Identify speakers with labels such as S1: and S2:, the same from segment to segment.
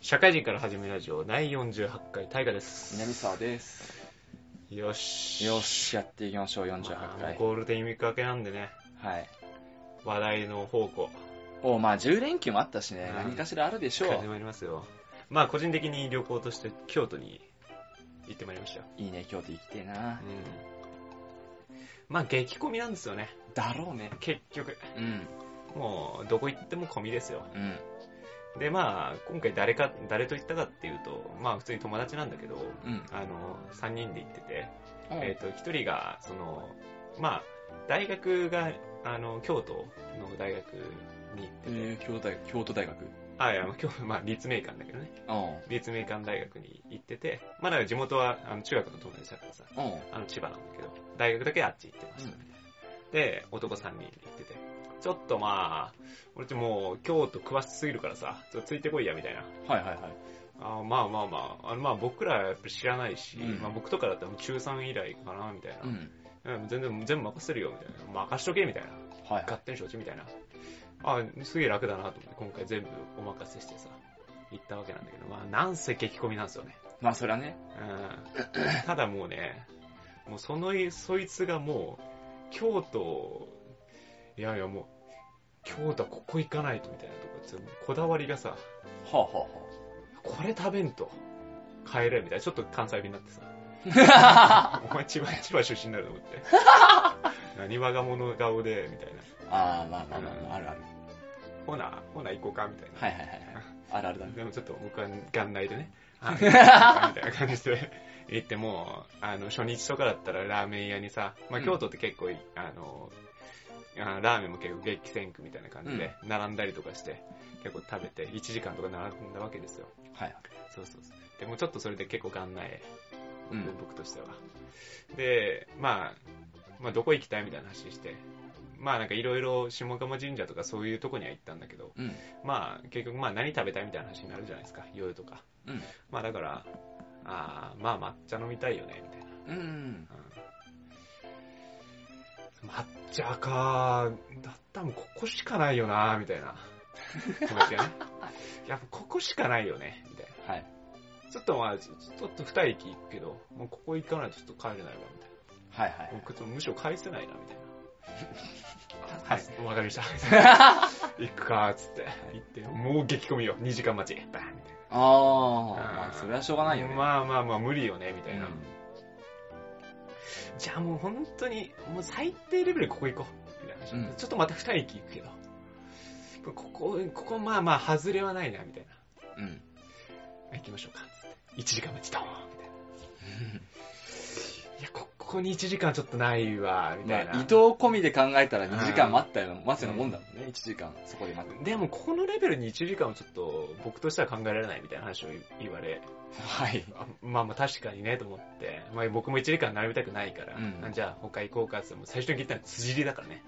S1: 社会人から始めるラジオ第48回大河です
S2: 南沢です
S1: よし
S2: よしやっていきましょう48
S1: まあ
S2: 回
S1: ゴールデンウィーク明けなんでね
S2: はい
S1: 話題の宝庫
S2: おまあ10連休もあったしね
S1: うん
S2: 何かしらあるでしょう
S1: 始まりますよまあ個人的に旅行として京都に行ってまいりましたよ
S2: いいね京都行きてえな
S1: うんまあ激混みなんですよね
S2: だろうね
S1: 結局
S2: うん
S1: もうどこ行っても混みですよ
S2: うん
S1: でまあ今回誰か誰と行ったかっていうとまあ普通に友達なんだけど
S2: うん
S1: あの3人で行ってて
S2: うん
S1: えー、と1人がその、まあ、大学があの京都の大学に行ってて、
S2: えー京都大京都大学うん
S1: あいや京都まあ、立命館だけどね立命館大学に行ってて、まあ、だから地元はあの中学の友達だからさ
S2: うん
S1: あの千葉なんだけど大学だけあっち行ってました、で男3人行っててちょっとまあ俺ちもう京都詳しすぎるからさちょっとついてこいやみたいな
S2: はいはいはい
S1: あまあまあまああのまあ僕らはやっぱり知らないし、
S2: うん
S1: まあ、僕とかだったらもう中3以来かなみたいな、
S2: うん
S1: うん全然、全部任せるよ、みたいな。任しとけ、みたいな。
S2: はいはい
S1: 勝手に承知、みたいな。あ、すげえ楽だなと思って、今回全部お任せしてさ、行ったわけなんだけど、まあ、なんせ激混みなんですよね。
S2: まあそりゃね
S1: うん。ただもうね、もうその、そいつがもう、京都、いやいやもう、京都はここ行かないと、みたいなとこ、ちょっとこだわりがさ、
S2: はあはあは
S1: これ食べんと、帰れ、みたいな。ちょっと関西弁になってさ。 お前千葉、千葉出身だと思って。何我が物顔で、みたいな。
S2: ああーまあまあまあまああるある
S1: ほな、ほな行こうか、みたいな。
S2: はいはいはい はいあるあるだね
S1: でもちょっと僕は元内でね、 あ行こうかみたいな感じで行ってもう、あの、初日とかだったらラーメン屋にさ、まあ
S2: うん
S1: 京都って結構、あの、あラーメンも結構激戦区みたいな感じで、並んだりとかして、結構食べて、1時間とか並んだわけですよ。
S2: はいはい
S1: そうそうそう。でもちょっとそれで結構元内、
S2: うん
S1: 僕としては。で、まあ、まあ、どこ行きたいみたいな話して、まあなんかいろいろ下鴨神社とかそういうとこには行ったんだけど、
S2: うん
S1: まあ結局まあ何食べたいみたいな話になるじゃないですか、夜とか。
S2: うん
S1: まあだから、ああ、まあ抹茶飲みたいよね、みたいな。
S2: うん
S1: うん抹茶かだったらもうここしかないよな、みたいな。気持ち がね。やっぱここしかないよね、みたいな。
S2: はい
S1: ちょっとまあ、ちょっと二駅行くけど、もうここ行かないとちょっと帰れないわ、みたい
S2: はい
S1: な。
S2: は
S1: もうちょっとむしろ返せないな、みたいな。
S2: は
S1: はいい、わかりました。 行くか、つって。行って、もう激混みよ。2時間待ち。バーンみたい
S2: ああまあそれはしょうが
S1: な
S2: ないよね
S1: まあまあまあ、無理よね、み
S2: う
S1: たいな。
S2: ん
S1: じゃあもう本当に、もう最低レベルここ行こう。みたいな話
S2: うん
S1: ちょっとまた二駅行くけど。ここ、ここまあまあ、外れはないな、みたいな。
S2: うん
S1: 行きましょうか、つって。1時間待ち、ドーンみたいな。いや、ここに1時間ちょっとないわ、み
S2: ま
S1: た
S2: あ
S1: いな。
S2: 移動込みで考えたら2時間待ったような、待つようなもんだもんね、1時間そこで待って。
S1: でも、ここのレベルに1時間はちょっと、僕としては考えられないみたいな話を言われ、
S2: はい。
S1: あまあまあ確かにね、と思って、まあ僕も1時間並びたくないから、
S2: うん
S1: あじゃあ他行こうかって、もう最初に聞いたのは辻りだ からね。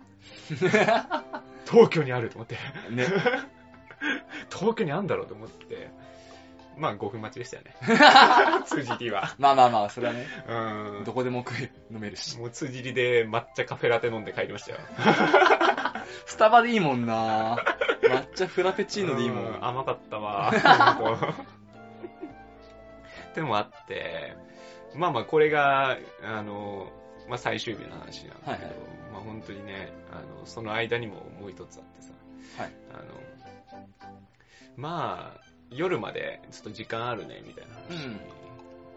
S1: 東京にあると思って、
S2: ね。
S1: 東京にあるんだろうと思って、まあ5分待ちでしたよね。 辻りは。
S2: まあまあまあ、それはね、
S1: うん
S2: ど。こでも食え、飲めるし。
S1: もう辻りで抹茶カフェラテ飲んで帰りましたよ。
S2: スタバでいいもんな 抹茶フラペチーノでいいもん。
S1: う甘かったわ。本当 でもあって、まあまあこれが、あの、まあ最終日の話なんだけど、
S2: はいはい
S1: まあ本当にね、あの、その間にももう一つあってさ、
S2: はい
S1: あの、まあ、夜までちょっと時間あるね、みたいな話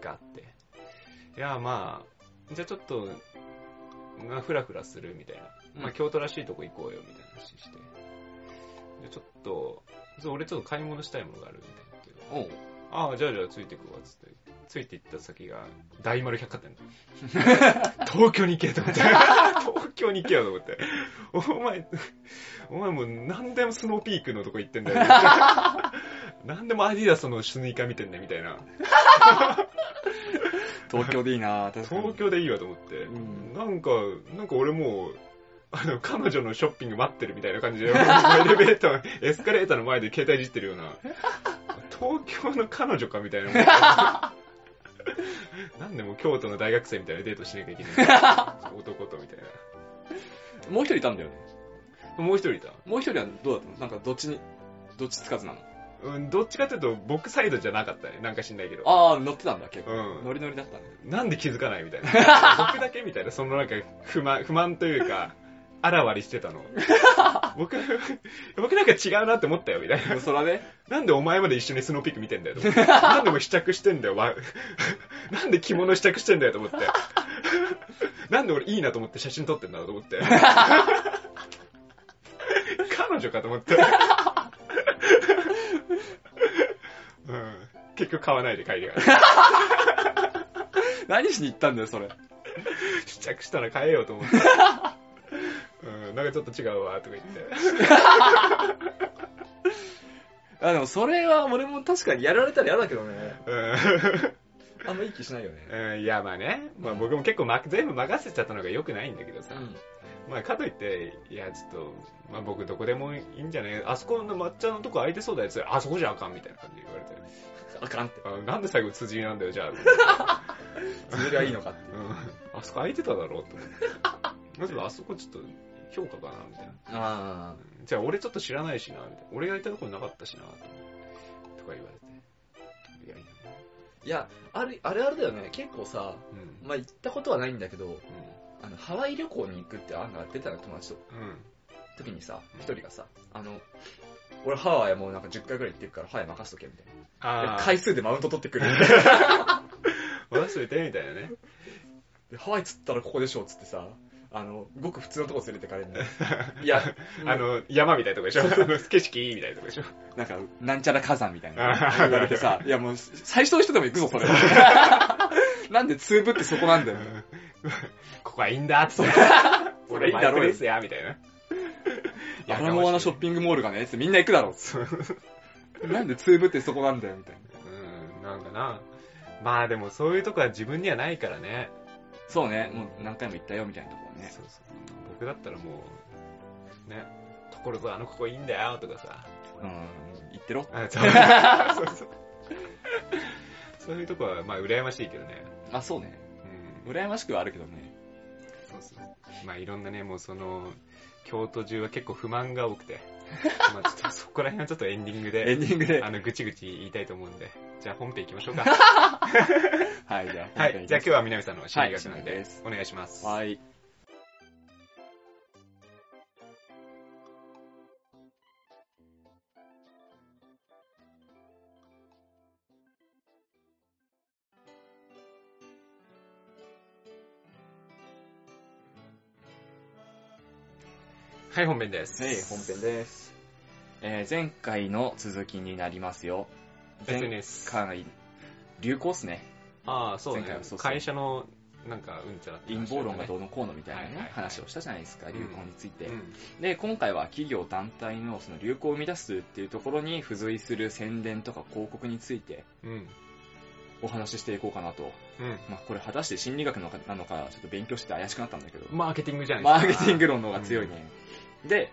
S1: があって、いや、まあ、じゃあちょっと、まあ、ふらふらするみたいな。まあ、京都らしいとこ行こうよ、みたいな話して。でちょっと、そう俺ちょっと買い物したいものがあるみたいな言って。
S2: おう
S1: ああ、じゃあじゃあついてくわ、つって。ついて行った先が、大丸百貨 店。東京に行けと思って。東京に行けよと思って。お前、お前もう何でもスノーピークのとこ行ってんだよ。 何でもアディダスのスニーカー見てんねみたいな。
S2: 東京でいいな 確かに。
S1: 東京でいいわと思って、
S2: うん
S1: なんか、なんか俺もう、あの、彼女のショッピング待ってるみたいな感じで、エレベーター、エスカレーターの前で携帯いじってるような、東京の彼女かみたい な。なんでもう京都の大学生みたいなデートしなきゃいけない。男とみたい
S2: もう一人いたんだよね。
S1: な。もう一人いた。
S2: もう一人はどうだったのなんかどっちに、どっちつかずなの
S1: うん、どっちかというと僕サイドじゃなかったね。なんか知んないけど。
S2: ああ、乗ってたんだ、結構。
S1: うん
S2: ノリノリだったんだ。
S1: なんで気づかないみたいな。僕だけみたいな、そのなんか不満、不満というか、あらわりしてたの。僕、僕なんか違うなって思ったよ、みたいな。
S2: そらね、
S1: なんでお前まで一緒にスノーピーク見てんだよと思って。なんでも試着してんだよ、わ なんで着物試着してんだよと思って。 なんで俺いいなと思って写真撮ってんだろうと思って。彼女かと思って。うん、結局買わないで帰りが。
S2: 何しに行ったんだよ、それ。
S1: 試着したら買えよと思 って。うん、なんかちょっと違うわ、とか言って。
S2: あ、でもそれは俺も確かにやられたら嫌だけどね。
S1: うん
S2: あんまいい気しないよね。
S1: うん、いや、まあね。まあ僕も結構ま、全部任せちゃったのが良くないんだけどさ。まあ、かといって、いや、ちょっと、まあ、僕どこでもいいんじゃないあそこの抹茶のとこ空いてそうだやつ、あそこじゃあかんみたいな感じで言われて
S2: あかんって。
S1: あ、なんで最後辻なんだよ、じゃあ。
S2: それがいいのかっていう。
S1: うん、あそこ空いてただろう と思って。まずあそこちょっと評価かな、みたいな。
S2: あ
S1: じゃあ俺ちょっと知らないしな、みたいな。俺がいたとこなかったしな、と思ってとか言われて。いや、いや
S2: あ。いや、あれ、あれあれだよね。結構さ、
S1: うん。うん
S2: まあ行ったことはないんだけど、あの、ハワイ旅行に行くって案が出たの友達と。時にさ、一人がさ、あの、俺ハワイはもうなんか10回くらい行ってるから、ハワイ任せとけ、みたいな。
S1: あ
S2: で
S1: あ、
S2: 回数でマウント取ってくる。
S1: 忘れてみたいなね。
S2: でハワイ釣ったらここでしょ、つってさ、あの、ごく普通のとこ連れてかれるの。 いや、
S1: あの、山みたいなとこでしょ。あの景色いいみたいなとこでしょ。
S2: なんか、なんちゃら火山みたい
S1: あ
S2: な
S1: ー
S2: 言われてさ、いやもう、最初の人でも行くぞ、 それ。なんでツーブってそこなんだよ。
S1: ここはいいんだっつって。
S2: 俺いいんだろう
S1: マ
S2: よ
S1: イクです や、みたいな。
S2: アラモアナショッピングモールがね、つってみんな行くだろ。 なんでツーブってそこなんだよ、みたいな。
S1: うん、なんかな。まあでもそういうとこは自分にはないからね。
S2: そうね、もう何回も行ったよ、みたいなところね。
S1: そうそう。僕だったらもう、ね、ところぞあのここいいんだよとかさ。
S2: うん、行ってろ。
S1: あ そうそうそう。そういうとこはまあ羨ましいけどね。
S2: まあそうね、
S1: うん。
S2: 羨ましくはあるけどね。
S1: そうそう。まあいろんなね、もうその、京都中は結構不満が多 くて。まあちょっとそこら辺はちょっとエンディングで。
S2: エンディングで。
S1: あの、ぐちぐち言いたいと思うんで。じゃあ本編行きましょうか。
S2: はい、じゃあ、
S1: はい。じゃあ今日は南さんの心理学なん
S2: はい心理学で、
S1: ですお願いします。
S2: はい。
S1: はい、本編です。
S2: はい、本編です。えー、前回の続きになりますよ。前
S1: SNS。
S2: 回、流行っすね。
S1: ああ、そうね
S2: 前回はそうそう
S1: 会社の、なんか、うんちゃらって話だ
S2: 陰謀論が
S1: よね
S2: どうのこうのみたいな
S1: はいはい
S2: ね
S1: はい、
S2: 話をしたじゃないですか、流行について
S1: う。ん。
S2: で、今回は企業団体のその流行を生み出すっていうところに付随する宣伝とか広告について
S1: うん。
S2: お話ししていこうかなと。
S1: うん。
S2: まあ、これ果たして心理学のかなのか、ちょっと勉強して怪しくなったんだけど。
S1: マーケティングじゃない
S2: マーケティング論の方が強いね。で、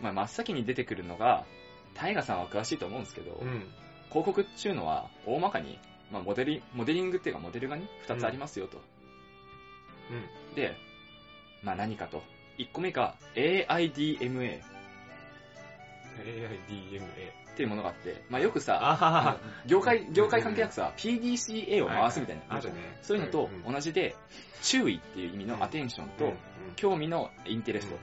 S2: まあ、真っ先に出てくるのが、タイガさんは詳しいと思うんですけど、
S1: うん。
S2: 広告っていうのは大まかに、まあ、モデリモデリングっていうかモデルがね2つありますよと、で、まあ、何かと1個目が AIDMA っ
S1: AIDMA。
S2: ていうものがあって、まあ、よくさ
S1: あはは
S2: あ
S1: は。
S2: の業界業界関係なくさ PDCA を回すみたいな、
S1: あるね。
S2: そういうのと
S1: ん
S2: 同じで注意っていう意味のアテンションと、
S1: うんうん
S2: 興味のインテレス
S1: うん
S2: ト、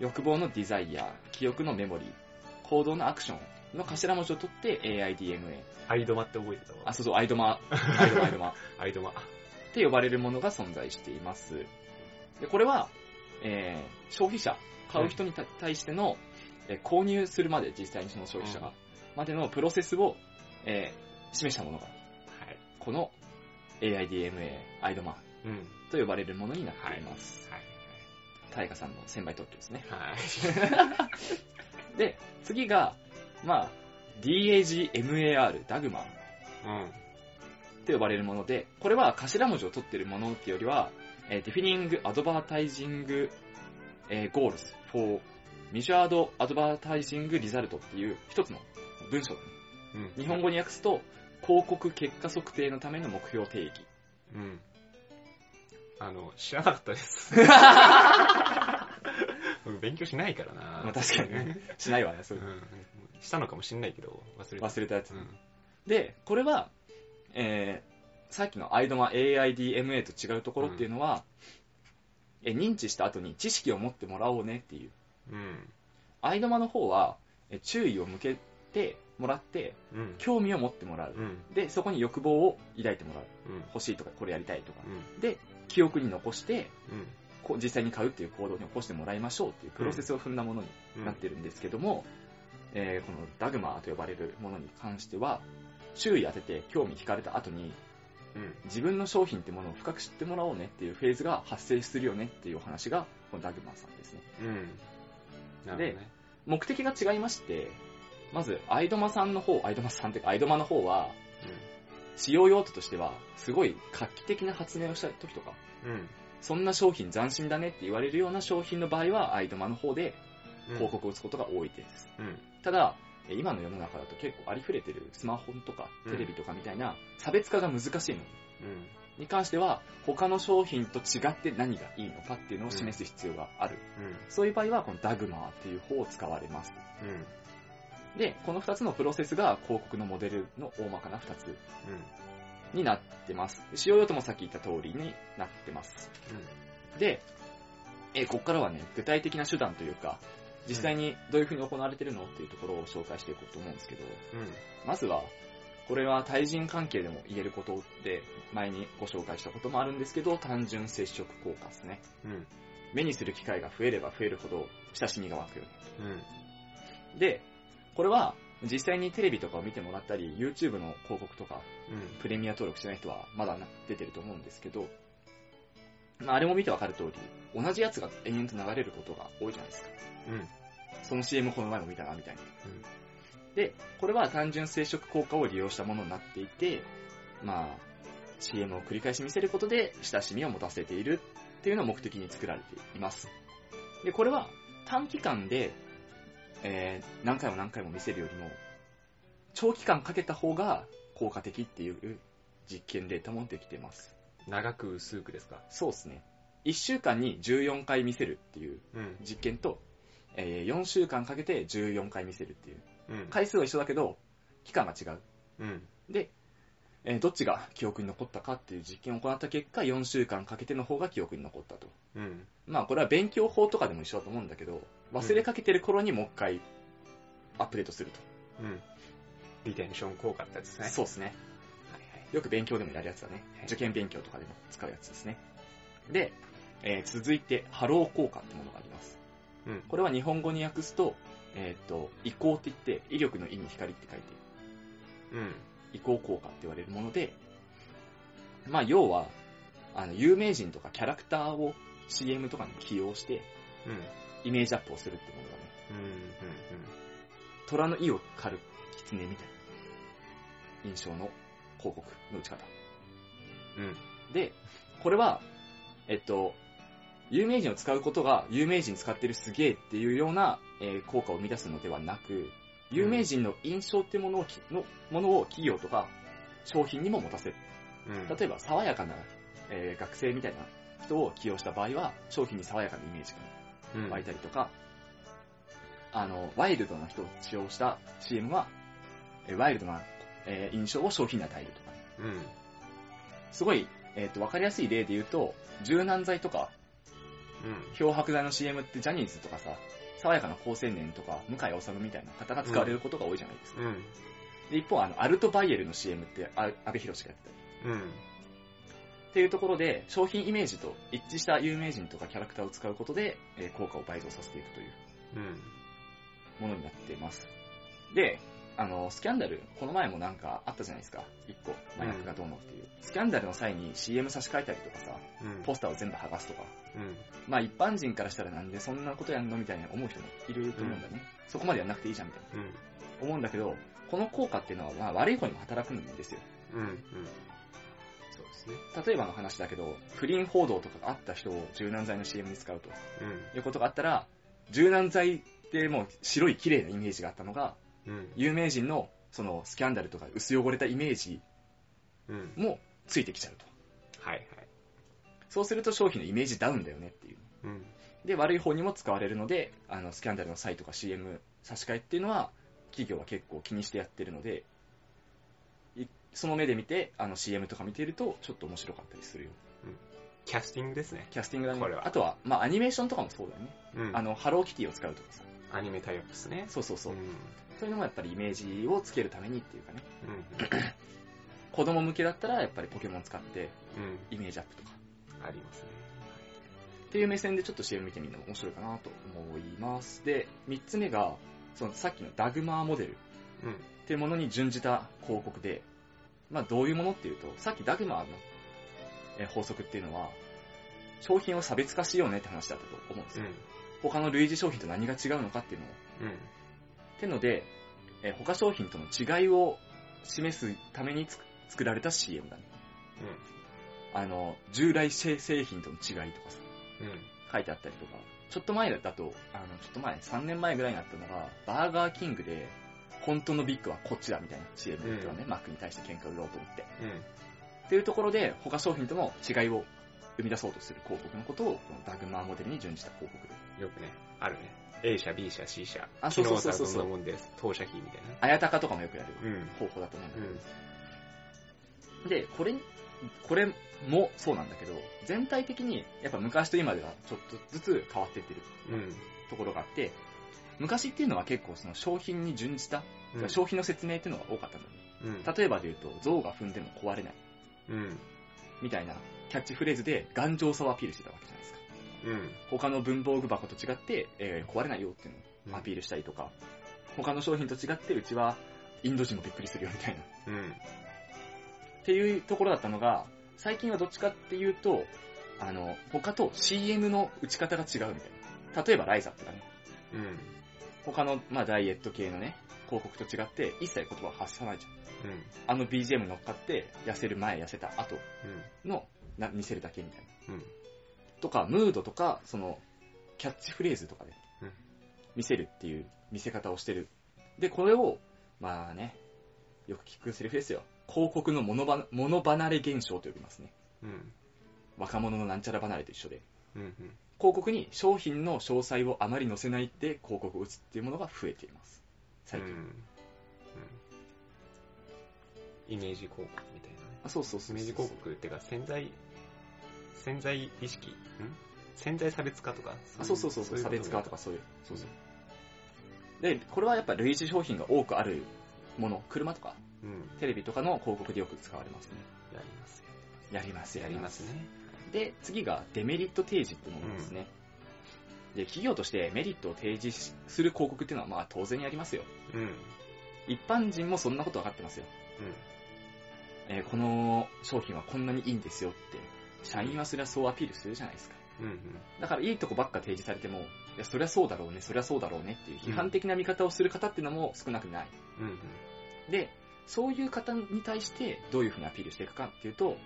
S2: 欲望のディザイア記憶のメモリー行動のアクションの頭文字を取って AIDMA
S1: アイドマって覚えてたわ。
S2: あそうそうアイドマアイドマアイドマ
S1: アイドマ。
S2: って呼ばれるものが存在しています。で、これは、えー消費者、買う人にた対しての、えー購入するまで、実際にその消費者
S1: う
S2: が、までのプロセスを、えー示したものが、
S1: はい。
S2: この AIDMA、アイドマ
S1: うん。
S2: と呼ばれるものになっています。
S1: は
S2: タイガさんの先輩特許ですね。
S1: い。はい。
S2: で、次が、まあ、DAGMAR、ダグマ
S1: うん。
S2: って呼ばれるもので、これは頭文字を取ってるものっていうよりは、えー Defining Advertising えー Goals for Measured Advertising Result っていう一つの文章。
S1: うん。
S2: 日本語に訳すと、広告結果測定のための目標定義。
S1: うん。あの、知らなかった です。僕勉強しないからな。
S2: まあ確かにね。しないわね、それ
S1: うん。したのかもしんないけど、忘れて
S2: 忘れたやつ。
S1: うん。
S2: で、これは、えーさっきの IDMA、AIDMA と違うところっていうのは、え認知した後に知識を持ってもらおうねっていう。
S1: うん。
S2: IDMA の方は、え注意を向けてもらって、
S1: うん。
S2: 興味を持ってもらう
S1: う。ん。
S2: で、そこに欲望を抱いてもらう。
S1: うん。
S2: 欲しいとか、これやりたいとか。
S1: うん。
S2: で、記憶に残して、
S1: うん。
S2: こう実際に買うっていう行動に起こしてもらいましょうっていうプロセスを踏んだものに
S1: うん
S2: なってるんですけども、えーこのダグマと呼ばれるものに関しては、注意当てて興味惹かれた後に、
S1: うん。
S2: 自分の商品ってものを深く知ってもらおうねっていうフェーズが発生するよねっていうお話が、このダグマさんですね。
S1: うん。なるほど
S2: で
S1: ね。
S2: 目的が違いまして、まず、アイドマさんの方、アイドマさんっていうか、アイドマの方は、使用用途としては、すごい画期的な発明をした時とか、
S1: うん。うん。
S2: そんな商品斬新だねって言われるような商品の場合は、アイドマの方で
S1: うん
S2: 広。告を打つことが多いです。
S1: うん。
S2: ただ、えー今の世の中だと結構ありふれてるスマホとか
S1: うん
S2: テレビとかみたいな差別化が難しいの
S1: うん。
S2: に関しては他の商品と違って何がいいのかっていうのを示す必要がある。
S1: うん。
S2: そういう場合はこのダグマーっていう方を使われます。
S1: うん。
S2: で、この2つのプロセスが広告のモデルの大まかな2つ
S1: うん。
S2: になってます。使用用途もさっき言った通りになってます。で、えーここからはね、具体的な手段というか、実際にどういう風に行われてるのっていうところを紹介していこうと思うんですけど、
S1: うん。
S2: まずは、これは対人関係でも言えることで、前にご紹介したこともあるんですけど、単純接触効果ですね。
S1: うん。
S2: 目にする機会が増えれば増えるほど親しみが湧くよね。
S1: うん。
S2: で、これは実際にテレビとかを見てもらったり、YouTube の広告とか、
S1: うん。
S2: プレミア登録してない人はまだな出てると思うんですけど、まあ、あれも見てわかる通り、同じやつが延々と流れることが多いじゃないですか。
S1: うん。
S2: その CM この前も見たな、みたいな。で、これは単純生殖効果を利用したものになっていて、まあ、CM を繰り返し見せることで親しみを持たせているっていうのを目的に作られています。で、これは短期間で、えー、何回も何回も見せるよりも、長期間かけた方が効果的っていう実験データもできています。
S1: 長く薄くですか
S2: そうですね。1週間に14回見せるっていう
S1: うん。
S2: 実験と、え4週間かけて14回見せるっていう。
S1: うん。
S2: 回数は一緒だけど、期間が違う。
S1: うん。
S2: で、えーどっちが記憶に残ったかっていう実験を行った結果、4週間かけての方が記憶に残ったと。
S1: うん。
S2: まあこれは勉強法とかでも一緒だと思うんだけど、忘れかけてる頃にもう一回アップデートすると。
S1: うん。リテンション効果ってやつですね。
S2: そうですね。よく勉強でもやるやつだね。受験勉強とかでも使うやつですね。で、えー続いて、ハロー効果ってものがあります。
S1: うん
S2: これは日本語に訳すと、えーっ、と、移行って言って、威力の意に光って書いて
S1: うん。
S2: 移行効果って言われるもので、まあ要は、あの、有名人とかキャラクターを CM とかに起用して、
S1: うん。
S2: イメージアップをするってものだね。
S1: うん。
S2: 虎の意を狩る狐みたいな印象の広告の打ち方。
S1: うん。うん。
S2: で、これは、えっと、有名人を使うことが有名人使ってるすげえっていうような、えー効果を生み出すのではなく、有名人の印象ってものをき、のものを企業とか商品にも持たせる。
S1: うん。
S2: 例えば爽やかな、えー学生みたいな人を起用した場合は商品に爽やかなイメージ
S1: う
S2: が
S1: ん。
S2: 湧いたりとか、あのワイルドな人を使用した CM は、えーワイルドな、えー印象を商品に与えるとか、
S1: うん。
S2: すごい、えー、と分かりやすい例で言うと柔軟剤とか
S1: うん。
S2: 漂白剤の CM ってジャニーズとかさ爽やかな高青年とか向井治みたいな方が使われることが多いじゃないですか、
S1: うん。
S2: で一方あのアルトバイエルの CM ってあ阿部寛がやってたり
S1: うん。
S2: っていうところで、商品イメージと一致した有名人とかキャラクターを使うことで、えー効果を倍増させていくという
S1: うん。
S2: ものになっています。で、あの、スキャンダル、この前もなんかあったじゃないですか。一個、麻薬がどうのっていう。スキャンダルの際に CM 差し替えたりとかさ、
S1: うん。
S2: ポスターを全部剥がすとか。
S1: うん。
S2: まあ一般人からしたらなんでそんなことやんのみたいな思う人もいると思うんだね。そこまでやんなくていいじゃんみたいな。
S1: うん。
S2: 思うんだけど、この効果っていうのはまあ悪い方にも働くんですよ。
S1: うん。うん。そうですね。
S2: 例えばの話だけど、不倫報道とかがあった人を柔軟剤の CM に使うと。いうことがあったら、柔軟剤ってもう白い綺麗なイメージがあったのが、
S1: うん。うん。
S2: 有名人のそのスキャンダルとか薄汚れたイメージ
S1: うん。
S2: もついてきちゃうと。
S1: はいはい。
S2: そうすると商品のイメージダウンだよねっていう。
S1: うん。
S2: で、悪い方にも使われるので、あの、スキャンダルの際とか CM 差し替えっていうのは、企業は結構気にしてやってるので、いその目で見て、あの CM とか見てると、ちょっと面白かったりするよ。
S1: キャスティングですね。
S2: キャスティングだね
S1: これ。は
S2: あとは、まあアニメーションとかもそうだよね。
S1: うん。
S2: あの、ハローキティを使うとかさ。
S1: アニメタイアップですね。
S2: そうそうそう。
S1: ん。うん
S2: そういうのもやっぱりイメージをつけるためにっていうかね。子供向けだったら、やっぱりポケモン使って、
S1: うん。
S2: イメージアップとか。
S1: ありますね。
S2: っていう目線でちょっと CM 見てみるのも面白いかなと思います。で、3つ目が、そのさっきのダグマーモデル
S1: うん。
S2: っていうものに準じた広告で、まあどういうものっていうと、さっきダグマーのえー法則っていうのは、商品を差別化しようねって話だったと思うんです
S1: う
S2: よ。
S1: ん。
S2: 他の類似商品と何が違うのかっていうのを。
S1: うん。
S2: ってので、えー他商品との違いを示すためにつく作られた CM だね。あの、従来製製品との違いとかさ。
S1: うん。うん。
S2: 書いてあったりとか、ちょっと前だと、あの、ちょっと前、3年前ぐらいになったのが、バーガーキングで、本当のビッグはこっちだみたいな CM
S1: うん
S2: とかね、マックに対して喧嘩を売ろうと思って。
S1: うん。
S2: っていうところで、他商品との違いを生み出そうとする広告のことを、このダグマーモデルに準じた広告で。
S1: よくね、あるね。A 社、B 社、C 社。
S2: あそうそうそうそう
S1: 昨日はこんなもんです。当社費みたい
S2: あやたかとかもよくやる
S1: な。うん。
S2: 方法だと思うんだけ
S1: う
S2: ど。
S1: ん。
S2: で、これ、これもそうなんだけど、全体的に、やっぱ昔と今ではちょっとずつ変わってってる
S1: うん。
S2: ところがあって、昔っていうのは結構その商品に準じた
S1: うん。
S2: 商品の説明っていうのが多かったのね。
S1: うん。
S2: 例えばで言うと、象が踏んでも壊れない。
S1: うん。
S2: みたいなキャッチフレーズで頑丈さをアピールしてたわけじゃないですか。
S1: うん。
S2: 他の文房具箱と違って、えー壊れないよっていうのをアピールしたりとか、他の商品と違って、うちはインド人もびっくりするよみたいな。っ
S1: うん。
S2: ていうところだったのが、最近はどっちかっていうと、あの、他と CM の打ち方が違うみたいな。例えばライザップがね、
S1: うん。
S2: 他の、まあ、ダイエット系のね、広告と違って、一切言葉を発さないじゃん。
S1: うん。
S2: あの BGM 乗っかって、痩せる前、痩せた後
S1: うん。
S2: のな見せるだけみたいな。
S1: うん。
S2: とか、ムードとか、その、キャッチフレーズとかで
S1: うん、
S2: 見せるっていう見せ方をしてる。で、これを、まあね、よく聞くセリフですよ。広告の物ば物離れ現象と呼びますね。
S1: うん。
S2: 若者のなんちゃら離れと一緒で。
S1: うん。
S2: 広告に商品の詳細をあまり載せないって広告を打つっていうものが増えています。最近。
S1: うんうんイメージ広告みたいなね。
S2: あ、そうそう
S1: イ
S2: そうそう。
S1: メージ広告ってか潜在、潜在意識ん潜在差別化とか。
S2: あ、そうそうそうそ
S1: い
S2: う、差
S1: こと
S2: 別化とかそういう。
S1: そうそう。
S2: で、これはやっぱ類似商品が多くあるもの、車とか、
S1: うん。
S2: テレビとかの広告でよく使われますね。
S1: やりますよ。
S2: やります、
S1: やりますね。
S2: で、次がデメリット提示ってものですね。で、企業としてメリットを提示しする広告っていうのはまあ当然やりますよ。
S1: うん。うん。
S2: 一般人もそんなこと分かってますよ。えーこの商品はこんなにいいんですよって、社員はそりゃそうアピールするじゃないですか。
S1: うん。うん。
S2: だからいいとこばっか提示されても、いや、そりゃそうだろうね、そりゃそうだろうねっていう批判的な見方をする方っていうのも少なくない。
S1: うん。
S2: で、そういう方に対してどういうふうにアピールしていくかっていうと、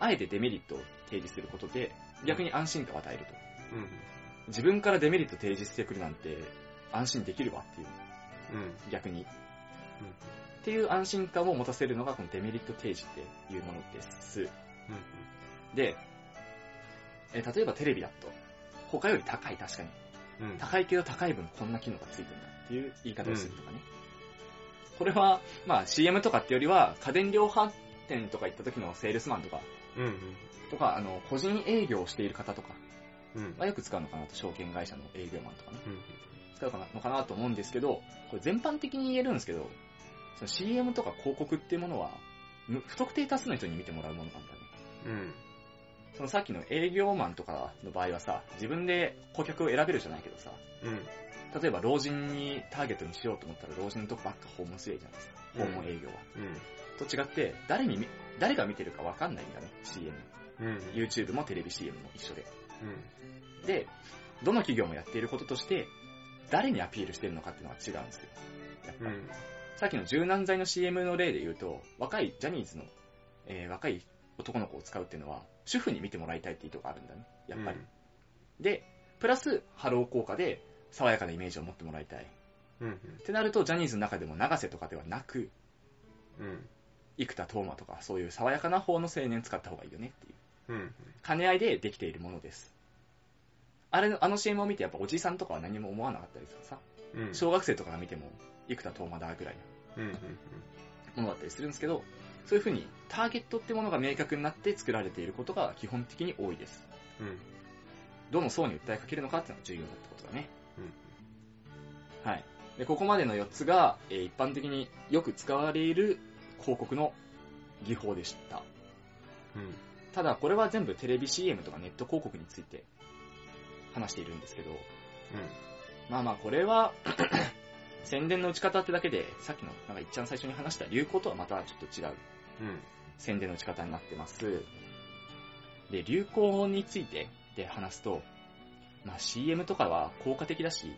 S2: あえてデメリットを提示することで、逆に安心感を与えると。
S1: うん。うん
S2: 自分からデメリット提示してくるなんて安心できるわっていう、
S1: うん。
S2: 逆に。っていう安心感を持たせるのがこのデメリット提示っていうものです。
S1: うん。
S2: で、えー例えばテレビだと、他より高い確かに。
S1: うん。うん。
S2: 高いけど高い分こんな機能がついてるんだっていう言い方をするとかね。これは、まあ CM とかってよりは家電量販店とか行った時のセールスマンとか、
S1: うん。
S2: とか、あの、個人営業をしている方とか
S1: うん。
S2: はよく使うのかなと、証券会社の営業マンとかね。
S1: うん。
S2: 使うかなのかなと思うんですけど、これ全般的に言えるんですけど、その CM とか広告っていうものは、む不特定多数の人に見てもらうものなんだね。
S1: うん。
S2: そのさっきの営業マンとかの場合はさ、自分で顧客を選べるじゃないけどさ、
S1: うん。
S2: 例えば老人にターゲットにしようと思ったら老人のとこばっか訪問するじゃないですか。訪問営業は。と違って、誰にみ、誰が見てるかわかんないんだね、CM。
S1: うん。うん。
S2: YouTube もテレビ CM も一緒で。
S1: うん。
S2: で、どの企業もやっていることとして、誰にアピールしてるのかっていうのは違うんですよ。やっぱり
S1: うん。
S2: さっきの柔軟剤の CM の例で言うと、若いジャニーズの、えー若い男の子を使うっていうのは、主婦に見てもらいたいって意図があるんだね。やっぱり。で、プラス、ハロー効果で、爽やかなイメージを持ってもらいたい。っ
S1: うん。
S2: てなると、ジャニーズの中でも長瀬とかではなく、
S1: うん。
S2: 生田斗真とか、そういう爽やかな方の青年使った方がいいよねっていう。
S1: うん。
S2: 兼ね合いでできているものです。あれの、あの CM を見てやっぱおじいさんとかは何も思わなかったりさ、
S1: うん。
S2: 小学生とかが見ても、幾多遠間だぐらい
S1: うん。うん。
S2: なものだったりするんですけど、そういう風にターゲットってものが明確になって作られていることが基本的に多いです。
S1: うん。うん。
S2: どの層に訴えかけるのかっていうのが重要だってことだね。
S1: うん
S2: はい。で、ここまでの4つが、えー一般的によく使われる広告の技法でした。
S1: うん。
S2: ただ、これは全部テレビ CM とかネット広告について話しているんですけど、まあまあ、こ れは、宣伝の打ち方ってだけで、さっきの、なんか一ちゃん最初に話した流行とはまたちょっと違う
S1: うん。
S2: 宣伝の打ち方になってます。で、流行についてで話すと、まあ CM とかは効果的だし、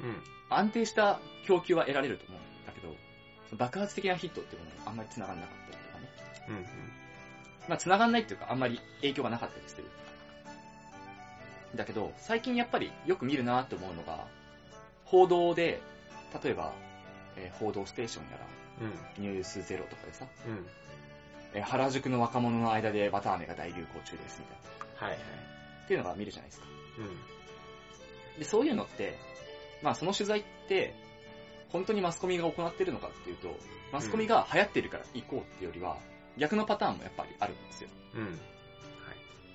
S1: うん。
S2: 安定した供給は得られると思うんだけど、爆発的なヒットってものがあんまり繋がんなかったりとかね。
S1: うん。
S2: まあ、繋がんないっていうか、あんまり影響がなかったりする。だけど、最近やっぱりよく見るなって思うのが、報道で、例えば、えー報道ステーションやら、
S1: うん。
S2: ニュースゼロとかでさ、
S1: うん。
S2: えー原宿の若者の間で綿飴が大流行中ですみたい
S1: はいはい。
S2: な。っていうのが見るじゃないですか。
S1: うん。
S2: で、そういうのって、まあその取材って、本当にマスコミが行ってるのかっていうと、マスコミが流行ってるから行こうっていうよりは、逆のパターンもやっぱりあるんですよ。
S1: うん。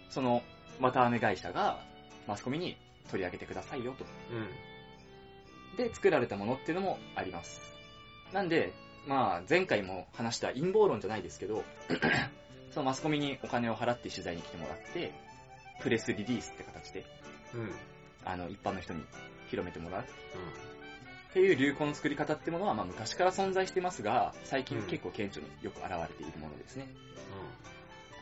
S2: その、綿飴会社が、マスコミに取り上げてくださいよと。
S1: うん。
S2: で、作られたものっていうのもあります。なんで、まあ、前回も話した陰謀論じゃないですけど、 そのマスコミにお金を払って取材に来てもらって、プレスリリースって形で、
S1: うん。うん。
S2: あの、一般の人に広めてもらうっていう流行の作り方ってものは、まあ、昔から存在してますが、最近結構顕著によく現れているものですね。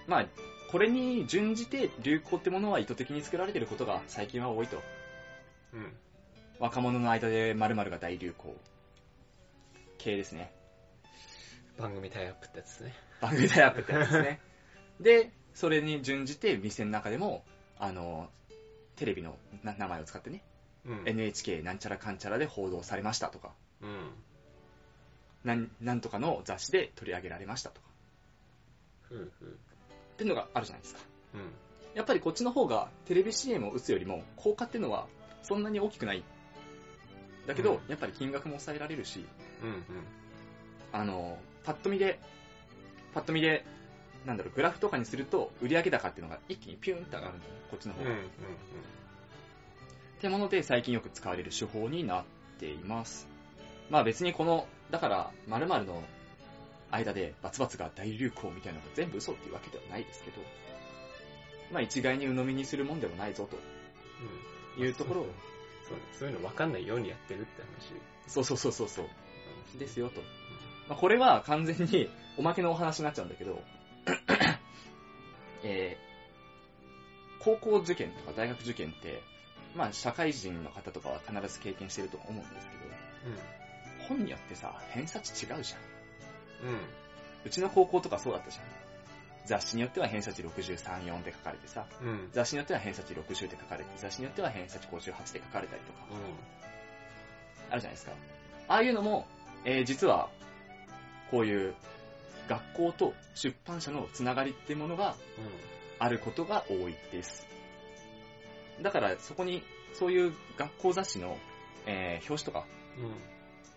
S2: まあ、これに準じて流行ってものは意図的に作られていることが最近は多いと。
S1: うん。うん。
S2: 若者の間で〇〇が大流行系ですね。
S1: 番組タイアップってやつですね。
S2: 番組タイアップってやつで すね。で、それに準じて店の中でも、あの、テレビのな名前を使ってね、
S1: うん。
S2: NHK なんちゃらかんちゃらで報道されましたとか、
S1: うん。
S2: なんなんとかの雑誌で取り上げられましたとか、
S1: ふうふう。
S2: っていうのがあるじゃないですか。
S1: うん。
S2: やっぱりこっちの方がテレビ CM を打つよりも効果っていうのはそんなに大きくない。だけど、
S1: うん
S2: やっぱり金額も抑えられるし、
S1: うん。
S2: あの、パッと見で、パッと見で、なんだろう、グラフとかにすると、売上高っていうのが一気にピューンって上がるのねこっちの
S1: うん。
S2: 方が。
S1: うん。
S2: っ
S1: うん。
S2: てもので、最近よく使われる手法になっています。まあ別にこの、だから、〇〇の間で、バツバツが大流行みたいなのが全部嘘っていうわけではないですけど、まあ一概に鵜呑みにするもんでもないぞというところを、
S1: そうそういうの分かんないようにやってるって話
S2: そうそうそうそうそう。ですよと。
S1: う
S2: まあ、これは完全 におまけのお話になっちゃうんだけど、 えー高校受験とか大学受験って、まあ社会人の方とかは必ず経験してると思うんですけど、本によってさ、偏差値違うじゃん。
S1: うん。うん。
S2: うちの高校とかそうだったじゃん。雑誌によっては偏差値63、4って書かれてさ、
S1: うん。うん。
S2: 雑誌によっては偏差値60って書かれて、雑誌によっては偏差値58って書かれたりとか、あるじゃないですか。ああいうのも、えー実は、こういう学校と出版社のつながりっていうものがあることが多いです。だからそこに、そういう学校雑誌の、えー表紙とか、
S1: うん。うん。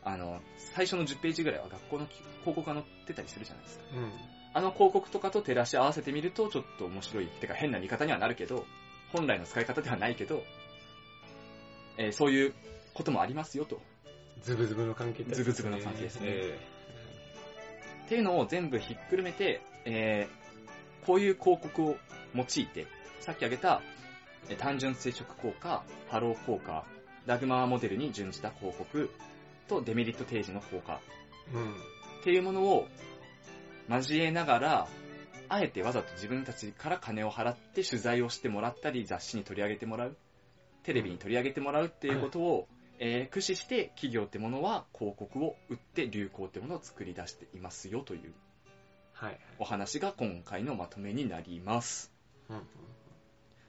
S2: あの、最初の10ページぐらいは学校のき広告が載ってたりするじゃないですか。
S1: うん。
S2: あの広告とかと照らし合わせてみると、ちょっと面白い、てか変な見方にはなるけど、本来の使い方ではないけど、えーそういうこともありますよと。
S1: ズブズブの関係ってやつ
S2: ズブズブの関係ですね
S1: え
S2: っていうのを全部ひっくるめて、えー、こういう広告を用いて、さっき挙げた、えー単純接触効果、ハロー効果、ラグマーモデルに準じた広告とデメリット提示の効果
S1: えうん。
S2: っていうものを交えながら、あえてわざと自分たちから金を払って取材をしてもらったり、雑誌に取り上げてもらう、テレビに取り上げてもらうっていうことを、えー駆使して企業ってものは広告を売って流行ってものを作り出していますよという
S1: はいはい。
S2: お話が今回のまとめになります。
S1: うんうん。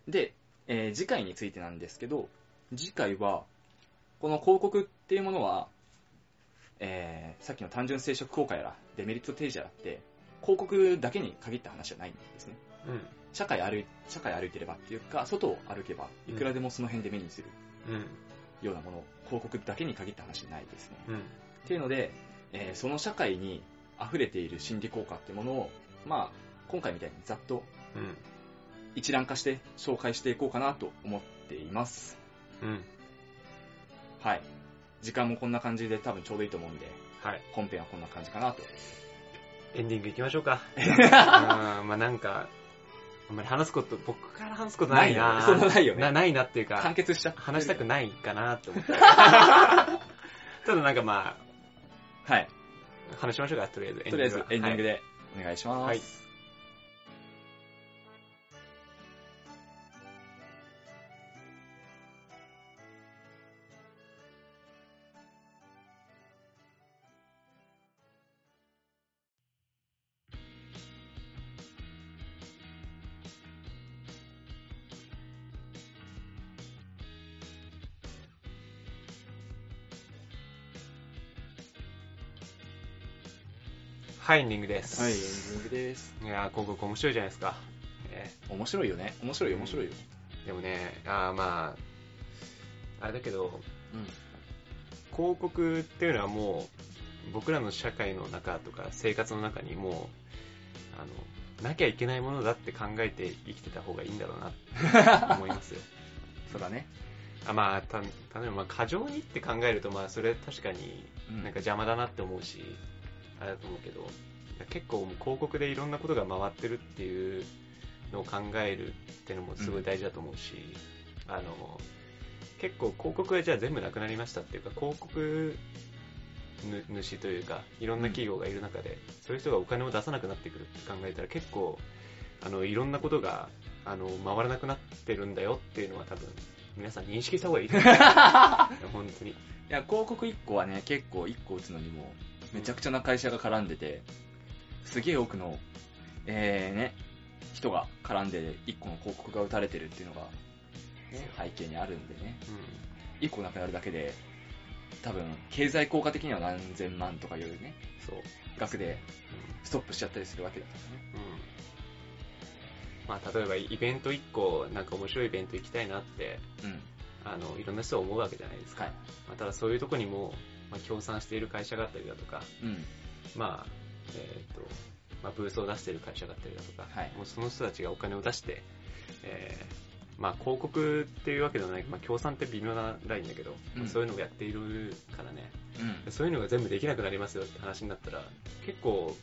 S2: で、えー次回についてなんですけど、次回は、この広告っていうものは、えーさっきの単純生殖効果やら、デメリット提示やらって、広告だけに限った話じゃないんですね。
S1: うん。
S2: 社会歩い、社会歩いてればっていうか、外を歩けば、いくらでもその辺で目にする
S1: うん。
S2: ようなもの、広告だけに限った話じゃないですね。
S1: うん。
S2: っていうので、えーその社会に溢れている心理効果ってものを、まあ、今回みたいにざっと
S1: うん。
S2: 一覧化して紹介していこうかなと思っています。
S1: うん。
S2: はい。時間もこんな感じで多分ちょうどいいと思うんで、
S1: はい。
S2: 本編はこんな感じかなと。
S1: エンディング行きましょうか。うんまあなんか、あんまり話すこと、僕から話すことないな。
S2: ないよねそうないよね
S1: なないなっていう
S2: 完
S1: か、
S2: 結しちゃってる
S1: 話したくないかなって思った。ただなんかま
S2: はい。
S1: あ、話しましょうか、とりあえず。
S2: とりあえずエンディン
S1: で。
S2: グでお願いします。
S1: はいはい、エンディングです。
S2: はい、エンディングです。
S1: いやー、広告面白いじゃないですか。ね
S2: 面白いよね。面白いよ面白いよ。
S1: でもね、あーまあ、あれだけど、
S2: うん。
S1: 広告っていうのはもう、僕らの社会の中とか生活の中にもう、あの、なきゃいけないものだって考えて生きてた方がいいんだろうなって思いますよ。
S2: そうだね。
S1: あまあ、た、例えばまあ過剰にって考えると、まあそれ確かに
S2: うん
S1: なんか邪魔だなって思うし、あれだと思うけど、結構もう広告でいろんなことが回ってるっていうのを考えるってのもすごい大事だと思うし、あの、結構広告がじゃあ全部なくなりましたっていうか、広告ぬ主というか、いろんな企業がいる中で、そういう人がお金を出さなくなってくるって考えたら結構、あの、いろんなことが、あの、回らなくなってるんだよっていうのは多分、皆さん認識した方がいいと思う。いや 本当に。
S2: いや、広告1個はね、結構1個打つのにも、めちゃくちゃな会社が絡んでて、すげえ多くの、えーね、人が絡んで1個の広告が打たれてるっていうのが、ね、背景にあるんでね、
S1: うん
S2: 1個なくなるだけで、多分、経済効果的には何千万とかいうね、
S1: そう。
S2: 額でストップしちゃったりするわけだからね。
S1: うん。まあ、例えばイベント1個、なんか面白いイベント行きたいなって、
S2: うん。
S1: あの、いろんな人は思うわけじゃないですか。
S2: はい。
S1: まあ、ただそういうとこにも、まあ、協賛している会社があったりだとか、
S2: うん。
S1: まあ、えっ、と、まあ、ブースを出している会社があったりだとか、
S2: はい
S1: もうその人たちがお金を出して、えーまあ、広告っていうわけではない、まあ、協賛って微妙なラインだけど、
S2: うん
S1: まあそういうのをやっているからね、
S2: うん。
S1: そういうのが全部できなくなりますよって話になったら、結構、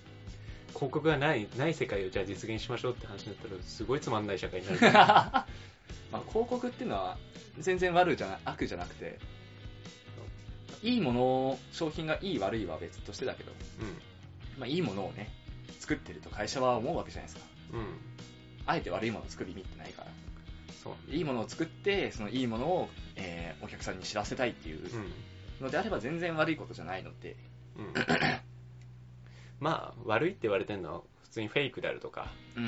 S1: 広告がない、ない世界をじゃあ実現しましょうって話になったら、すごいつまんない社会になる から。
S2: まあ、広告っていうのは全然悪じゃな悪じゃなくていいもの商品がいい悪いは別としてだけど、まあ、いいものをね作ってると会社は思うわけじゃないですか
S1: うん。うん。
S2: あえて悪いものを作る意味ってないから
S1: そう。
S2: いいものを作ってそのいいものを、えーお客さんに知らせたいっていう
S1: うん。
S2: のであれば全然悪いことじゃないので
S1: うん。まあ、悪いって言われてるのは、普通にフェイクであるとか、
S2: うん、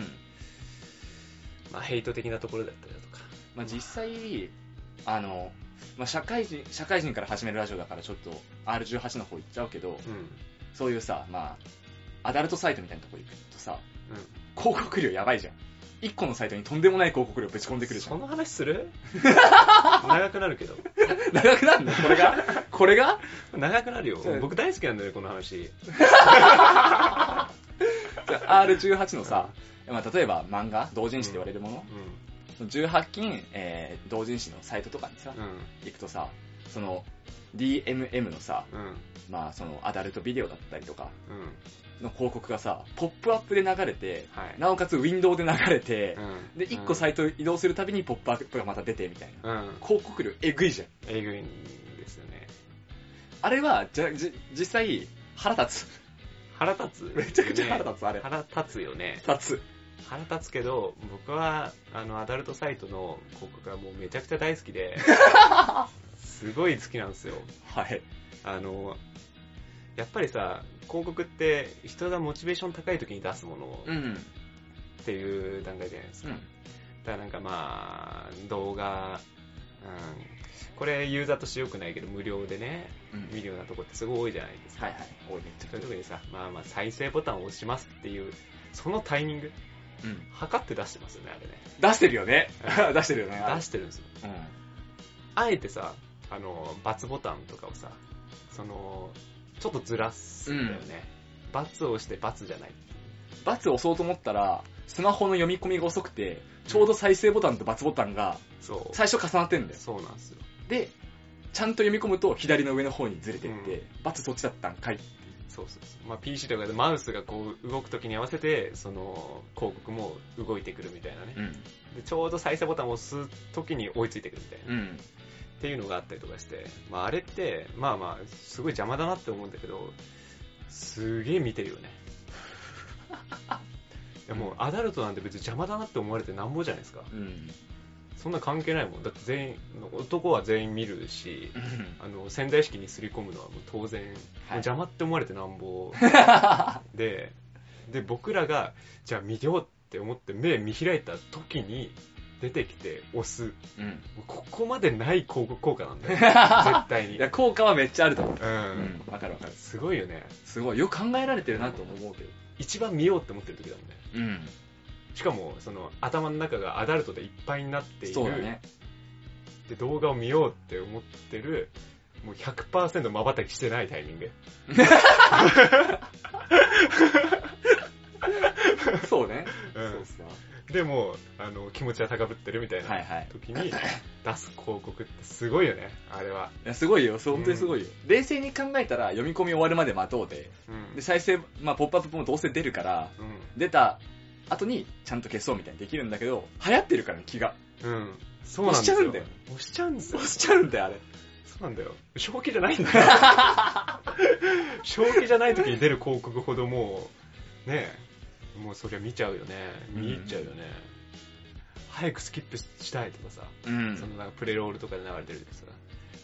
S1: まあ、ヘイト的なところだったりだとか。
S2: まあ、実際あの、まあ、社会人社会人から始めるラジオだからちょっと R18 の方行っちゃうけど、
S1: うん。
S2: そういうさ、まあ、アダルトサイトみたいなとこ行くとさ、
S1: うん。
S2: 広告量やばいじゃん。一個のサイトにとんでもない広告量ぶち込んでくるじゃ
S1: そ
S2: ん。
S1: の話す る長くなるけど。
S2: 長くなんのこ れがこれが
S1: 長くなるよ
S2: そう。
S1: 僕大好きなんだよね、この話。
S2: じゃあ ?R18 のさ、まあ、例えば漫画、同人誌って言われるもの、
S1: う
S2: その18禁、えー、同人誌のサイトとかにさ
S1: ん。、うん。
S2: 行くとさ、その DMM のさ、
S1: うん。
S2: まあそのアダルトビデオだったりとか
S1: うん。
S2: の広告がさ、ポップアップで流れて、
S1: はい。
S2: なおかつウィンドウで流れて、
S1: うん
S2: で、一個サイト移動するたびにポップアップがまた出てみたいな。
S1: うん。
S2: 広告量えぐいじゃん。
S1: えぐいんですよね。
S2: あれは、じゃ、じ、実際、腹立つ。
S1: 腹立つ。
S2: めちゃくちゃ腹
S1: ね
S2: 立つ、あれ。
S1: 腹立つよね。
S2: 立つ。
S1: 腹立つけど、僕は、あの、アダルトサイトの広告がもうめちゃくちゃ大好き で、すごい好きなんですよ。
S2: はい。
S1: あの、やっぱりさ、広告って人がモチベーション高い時に出すもの
S2: うん。
S1: っていう段階じゃないですか。だからなんかまあ、動画、うん、これユーザーとして良くないけど無料でね、
S2: うん。
S1: 見るようなとこってすごい多いじゃないですか。
S2: はいはい。多いね。
S1: そういう時にさ、まあまあ再生ボタンを押しますっていう、そのタイミング、
S2: うん。
S1: 測って出してますよね、あれね。
S2: 出してるよね。出してるよね。
S1: 出してるんですよ。
S2: うん。
S1: あえてさ、あの、×ボタンとかをさ、その、ちょっとずらすんだよね。×を押して×じゃない。
S2: 罰を押そうと思ったら、スマホの読み込みが遅くて、ちょうど再生ボタンと罰ボタンが
S1: そう。
S2: 最初重なってんだよ。
S1: そうなんですよ。
S2: で、ちゃんと読み込むと左の上の方にずれてって、
S1: うん
S2: 罰そっちだったんかい。
S1: そうそうそう。まあ PC とかでマウスがこう動くときに合わせて、その、広告も動いてくるみたいなね。
S2: うん。
S1: でちょうど再生ボタンを押すときに追いついてくるみたいな。
S2: うん。
S1: っていうのがあったりとかして、まああれって、まあまあ、すごい邪魔だなって思うんだけど、すげえ見てるよね。いやもうアダルトなんて別に邪魔だなって思われてなんぼじゃないですか。
S2: うん。
S1: そんな関係ないもん。だって全員、男は全員見るし、あの、潜在意識にすり込むのはもう当然、もう邪魔って思われてなんぼで、で、僕らが、じゃあ見ようって思って目見開いた時に出てきて押す。
S2: うん。
S1: もうここまでない広告効果なんだ よ。絶対に。
S2: いや、効果はめっちゃあると思う。
S1: う。。
S2: うんわかるわかる。
S1: すごいよね。
S2: すごい。よく考えられてるなとも思うけど。
S1: 一番見ようって思ってる時だもんね。
S2: うん。
S1: しかも、その、頭の中がアダルトでいっぱいになっている。
S2: そうだね。
S1: で、動画を見ようって思ってる、もう100%瞬きしてないタイミング。
S2: そうね。
S1: うん
S2: そうっすな。
S1: でも、あの、気持ちは高ぶってるみたい
S2: は
S1: ない
S2: はい。
S1: 時に出す広告ってすごいよね、あれは。
S2: いや、すごいよ。そう本当にすごいよ。冷静に考えたら読み込み終わるまで待とうで。
S1: うん。
S2: で、再生、まあ、ポップアップもどうせ出るから、
S1: う
S2: 出た後にちゃんと消そうみたいにできるんだけど、流行ってるからね、気 が。
S1: ん。うん。そうなんですよ。
S2: 押しちゃうんだよ。
S1: 押しちゃうんですよ
S2: 押。しちゃうんだよ、あれ。
S1: そうなんだよ。正気じゃないんだ よ。正気じゃない時に出る広告ほどもう、ねえ、もうそりゃ見ちゃうよね。見入っちゃうよね。早くスキップしたいとかさ、
S2: う
S1: その
S2: ん。
S1: なんかプレロールとかで流れてるとかさ、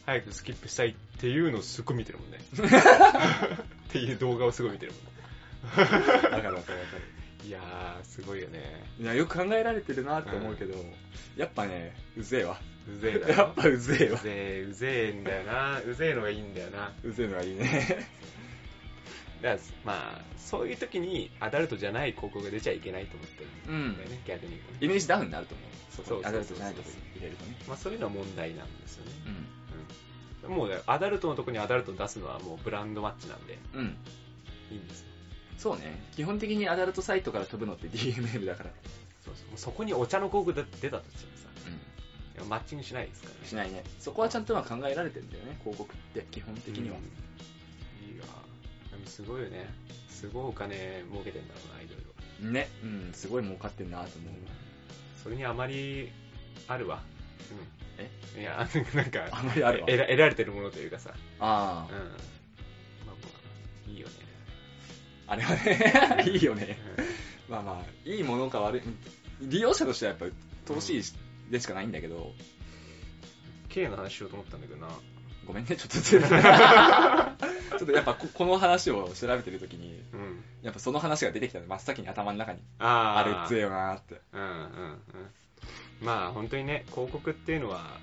S1: 早くスキップしたいっていうのをすっごい見てるもん ね。っていう動画をすごい見てるもんね。
S2: だからわかるわかる。
S1: いやー、すごいよね。
S2: いや、よく考えられてるなって思うけど、やっぱね、うぜえわ。
S1: うぜえだ
S2: や
S1: よ
S2: っ。ぱうぜえ
S1: う
S2: わ。
S1: ぜえ、うぜえんだよな。うぜえのがいいんだよな。
S2: うぜえのがいいね。
S1: だからまあ、そういう時にアダルトじゃない広告が出ちゃいけないと思ってる。
S2: う
S1: うん
S2: ん。
S1: 逆に。
S2: イメージダウンになると思う。そ
S1: そうそうそう
S2: こにアダルトじゃないとこ入れるとね。
S1: まあそういうのは問題なんですよね。
S2: うん。
S1: もうねアダルトのとこにアダルトを出すのはもうブランドマッチなんで、
S2: うん。
S1: いいんですよ。
S2: そうね。基本的にアダルトサイトから飛ぶのって DMM だから。
S1: そうそう。もうそこにお茶の広告で出たとしてもさ、
S2: うん。
S1: いやマッチングしないですからね。
S2: しないね。そこはちゃんとは考えられてるんだよね、広告って、基本的には
S1: うん。いいわ。でもすごいよね。すごいお金儲けてんだろうな、いろいろ。
S2: ね。うん、すごい儲かってんなと思うわ。
S1: それにあまりあるわ。うん。えいや、 なんか、
S2: あんまりあるわ
S1: 得。ら得られてるものというかさ。
S2: あ
S1: うん。まあまあ、いいよね。
S2: あ。あれは ね、いいよね。
S1: うん
S2: まあまあ、いいものか悪い、利用者としてはやっぱ、投資でしかないんだけど、
S1: K の話しようと思ったんだけどな。
S2: ごめんね、ちょっとずれたちょっとやっぱこ、この話を調べてるときに、
S1: うん。
S2: やっぱその話が出てきたの、真っ先に頭の中に、あれ
S1: あ
S2: 強いよなーって。
S1: うんうんうん。まあ本当にね、広告っていうのは、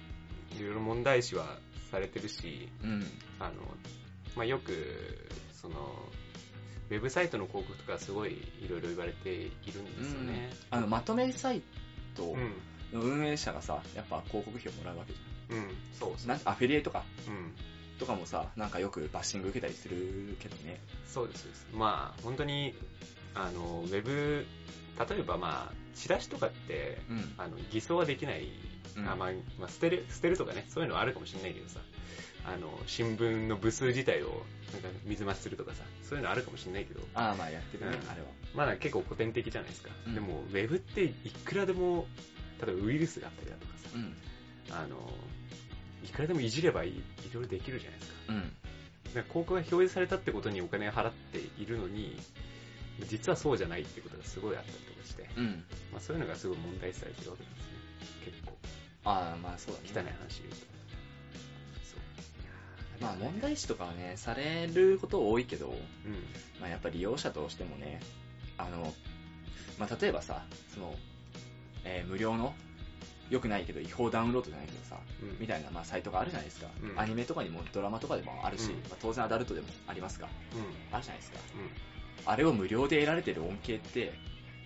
S1: いろいろ問題視はされてるし、
S2: うん。
S1: あの、まあよく、その、ウェブサイトの広告とかすごいいろいろ言われているんですよね。
S2: あの、まとめサイ
S1: う
S2: ト
S1: ん。
S2: の運営者がさ、やっぱ広告費をもらうわけじ
S1: うん。そう
S2: ゃん。
S1: そう。
S2: なんアフィリエイトか、
S1: うん。
S2: とかもさ、なんかよくバッシング受けたりするけどね。
S1: そうですそうです。まあ本当に、あの、ウェブ、例えばまあ、チラシとかって、
S2: うん。
S1: あの偽装はできない、
S2: うん
S1: あまあまあ、捨てる捨てるとかねそういうのはあるかもしれないけどさあの新聞の部数自体をなんか水増しするとかさそういうのあるかもしれないけど
S2: ああ、まあやってるね
S1: う、ん
S2: あれは。
S1: まあなんか結構古典的じゃないですか、
S2: うん
S1: でもウェブっていくらでも例えばウイルスがあったりだとか
S2: うん。
S1: さあのいくらでもいじればいいろいろできるじゃないですか
S2: うん。
S1: だから広告が表示されたってことにお金を払っているのに実はそうじゃないってことがすごいあったりとかして、
S2: うん。
S1: まあ、そういうのがすごい問題視されてるわけなんですね結構
S2: ああ、まあそうだね。
S1: 汚い話言うと。そう。
S2: まあ問題視とかはね、されること多いけど、
S1: うん。
S2: まあやっぱ利用者としてもね、あの、まあ例えばさ、その、えー無料の、良くないけど違法ダウンロードじゃないけどさ、
S1: うん。
S2: みたいなまあサイトがあるじゃないですか。
S1: うん
S2: アニメとかにもドラマとかでもあるし、
S1: うん
S2: まあ当然アダルトでもありますか。
S1: うん。
S2: あるじゃないですか。
S1: うん。
S2: あれを無料で得られてる恩恵って、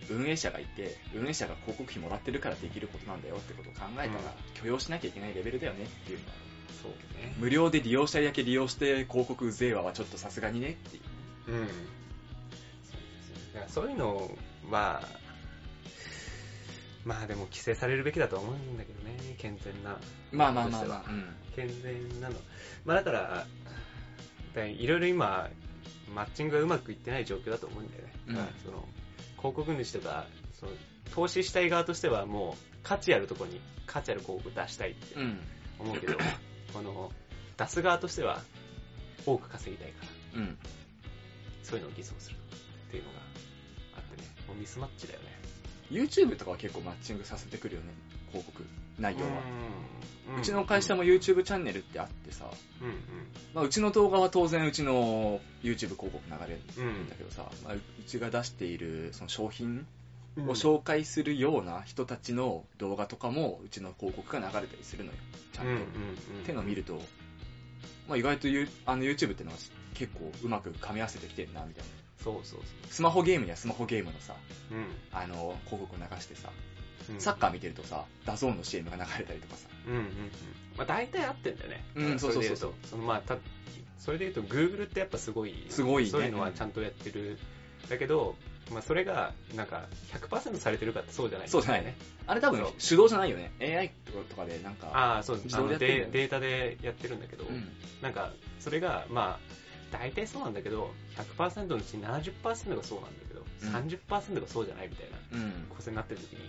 S2: 運営者がいて、運営者が広告費もらってるからできることなんだよってことを考えたら、
S1: うん
S2: 許容しなきゃいけないレベルだよねっていうのは
S1: そうね。
S2: 無料で利用したいだけ利用して広告うぜえわはちょっとさすがにねっていう。
S1: うん。そういうのは、まあでも規制されるべきだとは思うんだけどね、健全な。
S2: まあまあまあまあ。
S1: 健全なの。まあだから、だいろいろ今、マッチングがうまくいってない状況だと思うんだよね。
S2: うん
S1: だからその広告主とかその、投資したい側としてはもう価値あるところに価値ある広告出したいって
S2: うん。うん。
S1: 思 うけど、この出す側としては多く稼ぎたいから、
S2: うん。
S1: そういうのを偽装するっていうのがあってね、もうミスマッチだよね。
S2: YouTube とかは結構マッチングさせてくるよね。広告、内容
S1: う
S2: は。
S1: ん
S2: うちの会社も YouTube チャンネルってあってさ、
S1: うんうん
S2: まあ、うちの動画は当然うちの YouTube 広告流れる
S1: うん
S2: だけどさ、まあ、うちが出しているその商品
S1: うん
S2: を紹介するような人たちの動画とかもうちの広告が流れたりするのよ。ちゃんと。
S1: うんうんうん
S2: ってのを見ると、まあ、意外とゆあの YouTube ってのは結構うまく噛み合わせてきてるなみたいな。
S1: そうそう
S2: スマホゲームにはスマホゲームのさ、
S1: そう。うん
S2: あの広告を流してさ、
S1: うん
S2: サッカー見てるとさ、ダゾーンの CM が流れたりとかさ。
S1: うんうんうん。まあ大体合ってんだよね。
S2: うんそうそうそうそう
S1: れで言とそのまあた、それで言うと Google ってやっぱすごい。
S2: すごいね
S1: そういうのはちゃんとやってる。だけど、まあそれが、なんか100%されてるかってそうじゃない
S2: そうじゃない
S1: ね。
S2: あれ多分
S1: そう
S2: 手動じゃないよね。AI とかでなんか、
S1: ああ、そう
S2: 自
S1: あ
S2: 動
S1: の
S2: でやってんだよ
S1: デデータでやってるんだけど、
S2: うん
S1: なんか、それが、まあ、大体そうなんだけど、100%のうち70%がそうなんだけど、30%がそうじゃないみたいな。
S2: うん。
S1: 構成になってる時に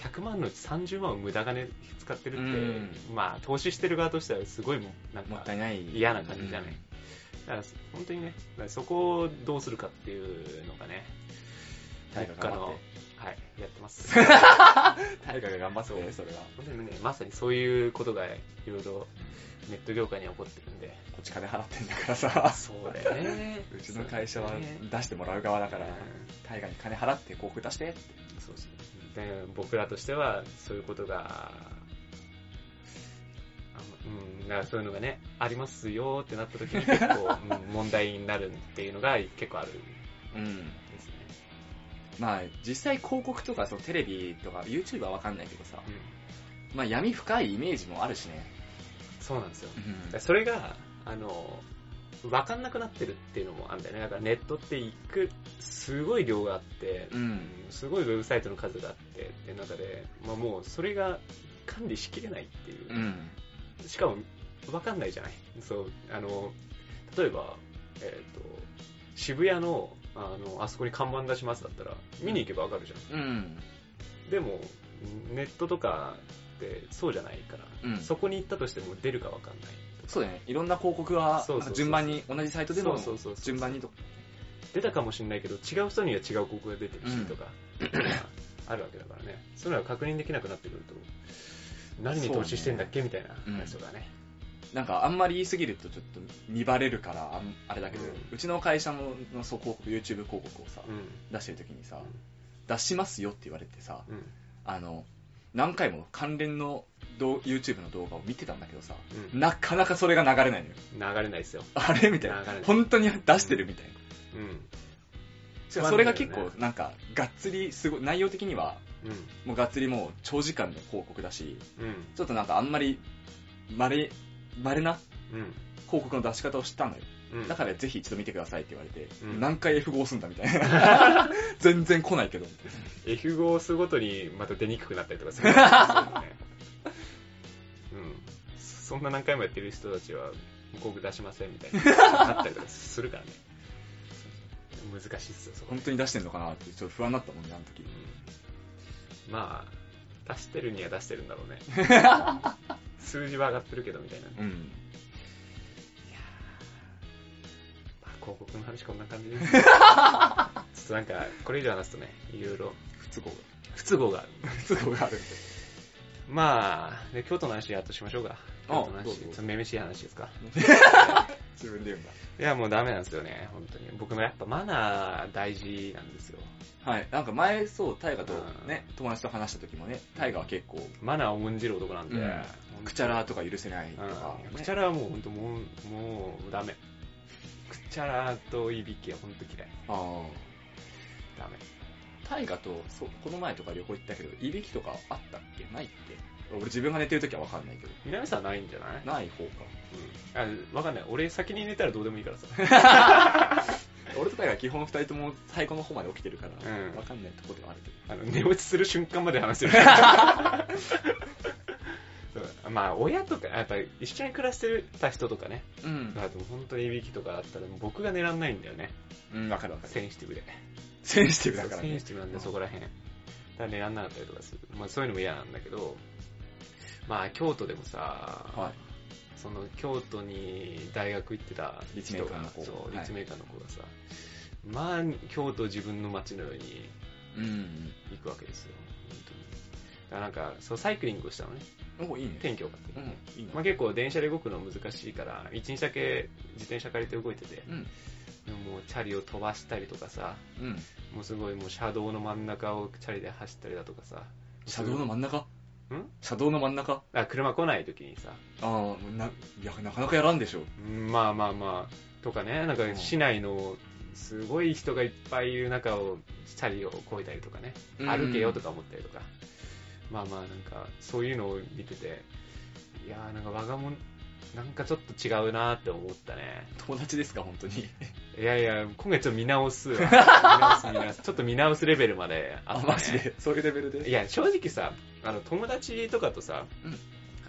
S1: 30%100 万のうち30万を無駄金使ってるって、
S2: う
S1: まあ投資してる側としてはすごいもうなん
S2: もっ
S1: か
S2: たいない。
S1: 嫌な感じじゃないだから本当にねだからそこをどうするかっていうのがね
S2: 大河頑張っ
S1: は
S2: て
S1: いやってます
S2: 大河が頑張って
S1: そ
S2: ね、
S1: う
S2: それは。
S1: 本当にねまさにそういうことがいろいろネット業界には起こってるんで
S2: こっち金払ってんだからさ。
S1: そうだよね
S2: うちの会社は
S1: そうだよね
S2: 出してもらう側だから
S1: うん、
S2: 大河に金払って広告出してって。
S1: そうそうで僕らとしてはそういうことがあんまうん、だからそういうのがねありますよってなった時に結構、うん問題になるっていうのが結構あるんで
S2: うん。
S1: すね、
S2: まあ、実際広告とか、そのテレビとか、YouTube はわかんないけどさ、
S1: うん、
S2: まあ闇深いイメージもあるしね。
S1: そうなんですよだから
S2: う
S1: それがあの分かんなくなってるっていうのもあるんだよねだからネットっていくすごい量があって、
S2: ん。
S1: すごいウェブサイトの数があってっていう中で、まあ、もうそれが管理しきれないっていう、
S2: うん。
S1: しかも、わかんないじゃない。そう、あの、例えば、えっ、と、渋谷の、あの、あそこに看板出しますだったら、見に行けばわかるじゃん。
S2: うん。
S1: でも、ネットとかってそうじゃないから、
S2: うん
S1: そこに行ったとしても出るかわかんない。
S2: そうだよね。いろんな広告は、
S1: そう
S2: な
S1: そ
S2: ん
S1: うそう
S2: か順番に、同じサイトでも、
S1: そうそうそうそう
S2: 順番にと。
S1: 出たかもしれないけど、違う人には違う広告が出てるしとか、あるわけだからね。そういうのが確認できなくなってくると、何に投資してんだっけみたいな話とかね。
S2: なんかあんまり言いすぎるとちょっと見バレるから、あんあれだけど、
S1: うん
S2: うちの会社ののそう広告、YouTube 広告をさ、
S1: うん。
S2: 出してる時にさ
S1: うん、
S2: 出しますよって言われてさ、
S1: うん。
S2: あの、何回も関連の動 YouTube の動画を見てたんだけどさ、
S1: うん。
S2: なかなかそれが流れないのよ。
S1: 流れないですよ。
S2: あれみたいな
S1: 流れない。
S2: 本当に出してるみたいな。
S1: うん。
S2: しかもそれが結
S1: つまんない
S2: 構
S1: よね
S2: なんか、がっつり、すごい、内容的には、
S1: う
S2: もうがっつりもう長時間の広告だし、
S1: ん。
S2: ちょっとなんかあんまり、稀、稀な
S1: うん。うん。
S2: 広告の出し方を知ったのよ。
S1: うん
S2: だからぜひ一度見てくださいって言われて、
S1: うん
S2: 何回 F5 押すんだみたいな。 全然来ないけど。
S1: F5 を押すごとにまた出にくくなったりとか するんですよね。うん。そんな何回もやってる人たちは、広告出しませんみたい な、なったりとかするからね。難しいっすよ、そこ
S2: 本。当に出してんのかなって、ちょっと不安だったもんね、あの時。
S1: うんまあ、出してるには出してるんだろう ね。数字は上がってるけどみたいな。
S2: うん。
S1: まあ、広告の話こんな感じです。 ちょっとなんか、これ以上話すとね、いろいろ
S2: 不都合が。
S1: 不都合がある。
S2: 不都合がある んで。
S1: まあ、で京都の話やっとしましょうか。
S2: あ
S1: 京都の
S2: どう
S1: 話、
S2: ぞ
S1: ちょっとめめしい話ですか。
S2: 自分で言うんだ。
S1: いや、もうダメなんですよね、本当に。僕もやっぱマナー大事なんですよ。
S2: はい。なんか前、そう、タイガと
S1: うん
S2: ね、友達と話した時もね、タイガは結構、
S1: マナーを重んじる男なんで。
S2: うん
S1: 本当に
S2: くちゃらとか許せないとか、
S1: うん。く
S2: ね
S1: ちゃらはもう本当もう、もうダメ。くちゃらといびきは本当嫌い。
S2: あー
S1: ダメ。
S2: タイガとそう、この前とか旅行行ったけど、いびきとかあったっけないって。俺自分が寝てる時は分かんないけど。
S1: 南さんないんじゃない、
S2: ない方か。
S1: うん、あ分かんない俺先に寝たらどうでもいい からさ
S2: 俺と大が基本二人とも最後の方まで起きてるから、
S1: うん
S2: 分かんないとこではあるけど。
S1: あの寝落ちする瞬間まで 話してるそうまあ親とかやっぱり一緒に暮らしてた人とかね
S2: うん
S1: あと本当にいびきとかあったらもう僕が寝らんないんだよね
S2: うん、分かる分かる。
S1: センシティブで
S2: センシティブだ
S1: そう
S2: から
S1: セン
S2: ね
S1: シ。ティブなんでそこら辺だから寝らんなかったりとかする、まあ、そういうのも嫌なんだけどまあ京都でもさ、
S2: は
S1: その京都に大学行ってた
S2: 立命館の子
S1: そう
S2: はい
S1: 立命館の子がさ、まあ京都自分の街のように
S2: い。うん。
S1: 行くわけですよ本当にだからなんかそうサイクリングをしたのね
S2: おいいね。
S1: 天気良かった、
S2: うん、いいね
S1: まあ、結構電車で動くの難しいから一日だけ自転車借りて動いてて
S2: うん。
S1: でももうチャリを飛ばしたりとかさ
S2: うん。
S1: もうすごいもう車道の真ん中をチャリで走ったりだとかさ
S2: 車道の真ん中
S1: ん
S2: 車道の真ん中
S1: あ車来ない時にさ
S2: ああ、な、いや、なかなかやらんでしょ。
S1: うんまあまあまあとかねなんか
S2: うん
S1: 市内のすごい人がいっぱいいる中をチャリを越えたりとかね歩けよと
S2: か。
S1: か思ったりとか、まあまあなんかそういうのを見てていやーなんか我が物なんかちょっと違うなーって思ったね
S2: 友達ですか、本当に。
S1: いやいや今回ちょっと見直すわ見直す見直すちょっと見直すレベルまであ
S2: あ、
S1: った、ね、
S2: マジで。そういうレベル
S1: い
S2: で。
S1: や正直さあの友達とかとさ、
S2: うん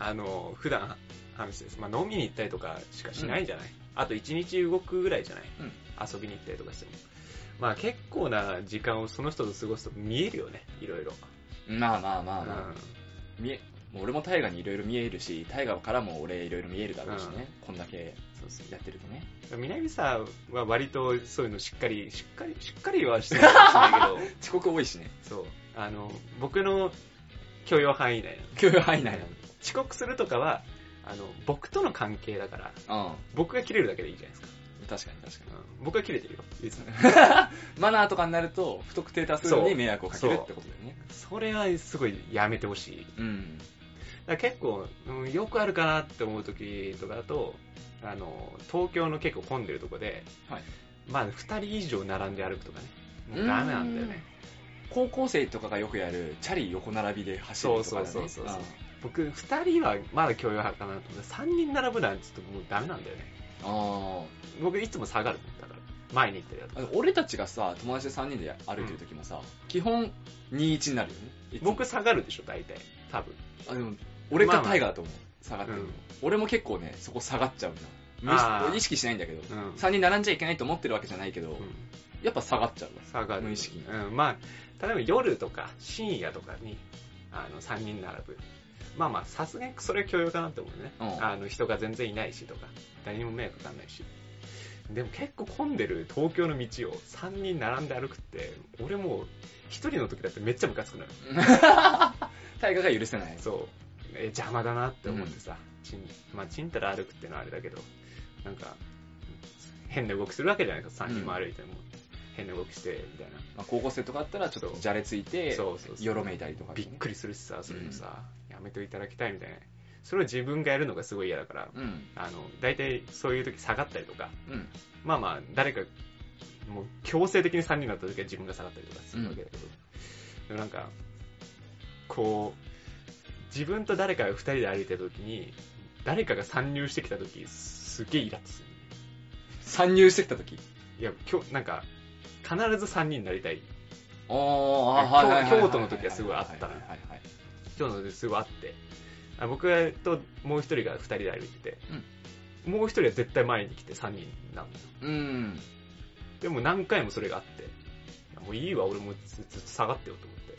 S1: あの普段話です、まあ、飲みに行ったりとかしかしないじゃない、あと1日動くぐらいじゃない、
S2: うん
S1: 遊びに行ったりとかしてもまあ結構な時間をその人と過ごすと見えるよねいろいろ
S2: まあまあま
S1: う
S2: あ
S1: ん
S2: まあ。見え、もう俺も大河にいろいろ見えるし、大河からも俺いろいろ見えるだろうしね。こんだけ
S1: そうそう
S2: やってるとね。
S1: 南さんは割とそういうのしっかりしっかりしっかりはしてないかもしれないけど
S2: 遅刻多いしね。
S1: そうあの僕の許容範囲内なの
S2: 許容範囲内な
S1: 遅刻するとかはあの僕との関係だから
S2: の。
S1: 僕が切れるだけでいいじゃないですか
S2: うん。確かに確か
S1: う
S2: に。
S1: ん僕は切れてるよ。いつも
S2: マナーとかになると、不特定多数に迷惑をかけるってことだよね。
S1: それはすごいやめてほしい。
S2: うん。
S1: だから結構、うんよくあるかなって思う時とかだと、あの、東京の結構混んでるとこで、
S2: はい
S1: まあ2人以上並んで歩くとかね。もうダメなんだよね。
S2: 高校生とかがよくやる、チャリ横並びで走るとかだね。
S1: そうそうそうそう
S2: あ
S1: 僕2人はまだ許容派かなと思って、3人並ぶなんてちょっともうダメなんだよね。
S2: あ
S1: 僕いつも下がるもんだから。前に行ったりだとか。
S2: ー。俺たちがさ、友達で3人で歩いてる時もさ、基本21になるよね。いつも
S1: 僕下がるでしょ、大体。多分。
S2: あ、でも、俺か
S1: まあまあ
S2: タイガーだと思う。下がってるの
S1: うん
S2: 俺も結構ね、そこ下がっちゃう
S1: あ
S2: な。
S1: ー
S2: 無意識意識しないんだけど、
S1: うん。うん
S2: 3人並んじゃいけないと思ってるわけじゃないけど、やっぱ下がっちゃうわ。
S1: 下がる。
S2: 無意識に
S1: うん、まあ、例えば夜とか深夜とかに、あの、3人並ぶ。まあまあ、さすがにそれは許容かなって思うね。
S2: うん
S1: あの、人が全然いないしとか、誰にも迷惑かかんないし。でも結構混んでる東京の道を3人並んで歩くって、俺もう、1人の時だってめっちゃムカつくなる。
S2: タイガーが許せない。
S1: そう。え、邪魔だなって思ってさ、ちん、まあ、ちんたら歩くってのはあれだけど、なんか、変な動きするわけじゃないか、3人も歩いても。変な動きして、みたいな。
S2: まあ、高校生とかだったら、ちょっとじゃれついて、
S1: そうそうそう
S2: よろめいたりとかね、
S1: びっくりするしさ、そういうのさ、やめていただきたいみたいな。それを自分がやるのがすごい嫌だから、
S2: うん。
S1: あの、大体そういう時下がったりとか、
S2: うん。
S1: まあまあ、誰か、もう強制的に3人になった時は自分が下がったりとかするわけだけど、でもなんか、こう、自分と誰かが2人で歩いてる時に、誰かが参入してきた時、すげえイラッとする。
S2: 参入してきた時。
S1: いや、今日、なんか、必ず3人になりたい。
S2: あーあー、
S1: 京
S2: はいはいはいはい。
S1: 京都の時はすごいあった
S2: は
S1: の
S2: いはいはい。
S1: 今日のですごいあって、あ僕ともう一人が二人で歩いてて、もう一人は絶対前に来て三人なのよ。
S2: うん。
S1: でも何回もそれがあって、あもういいわ、俺もずずっと下がってよと 思って。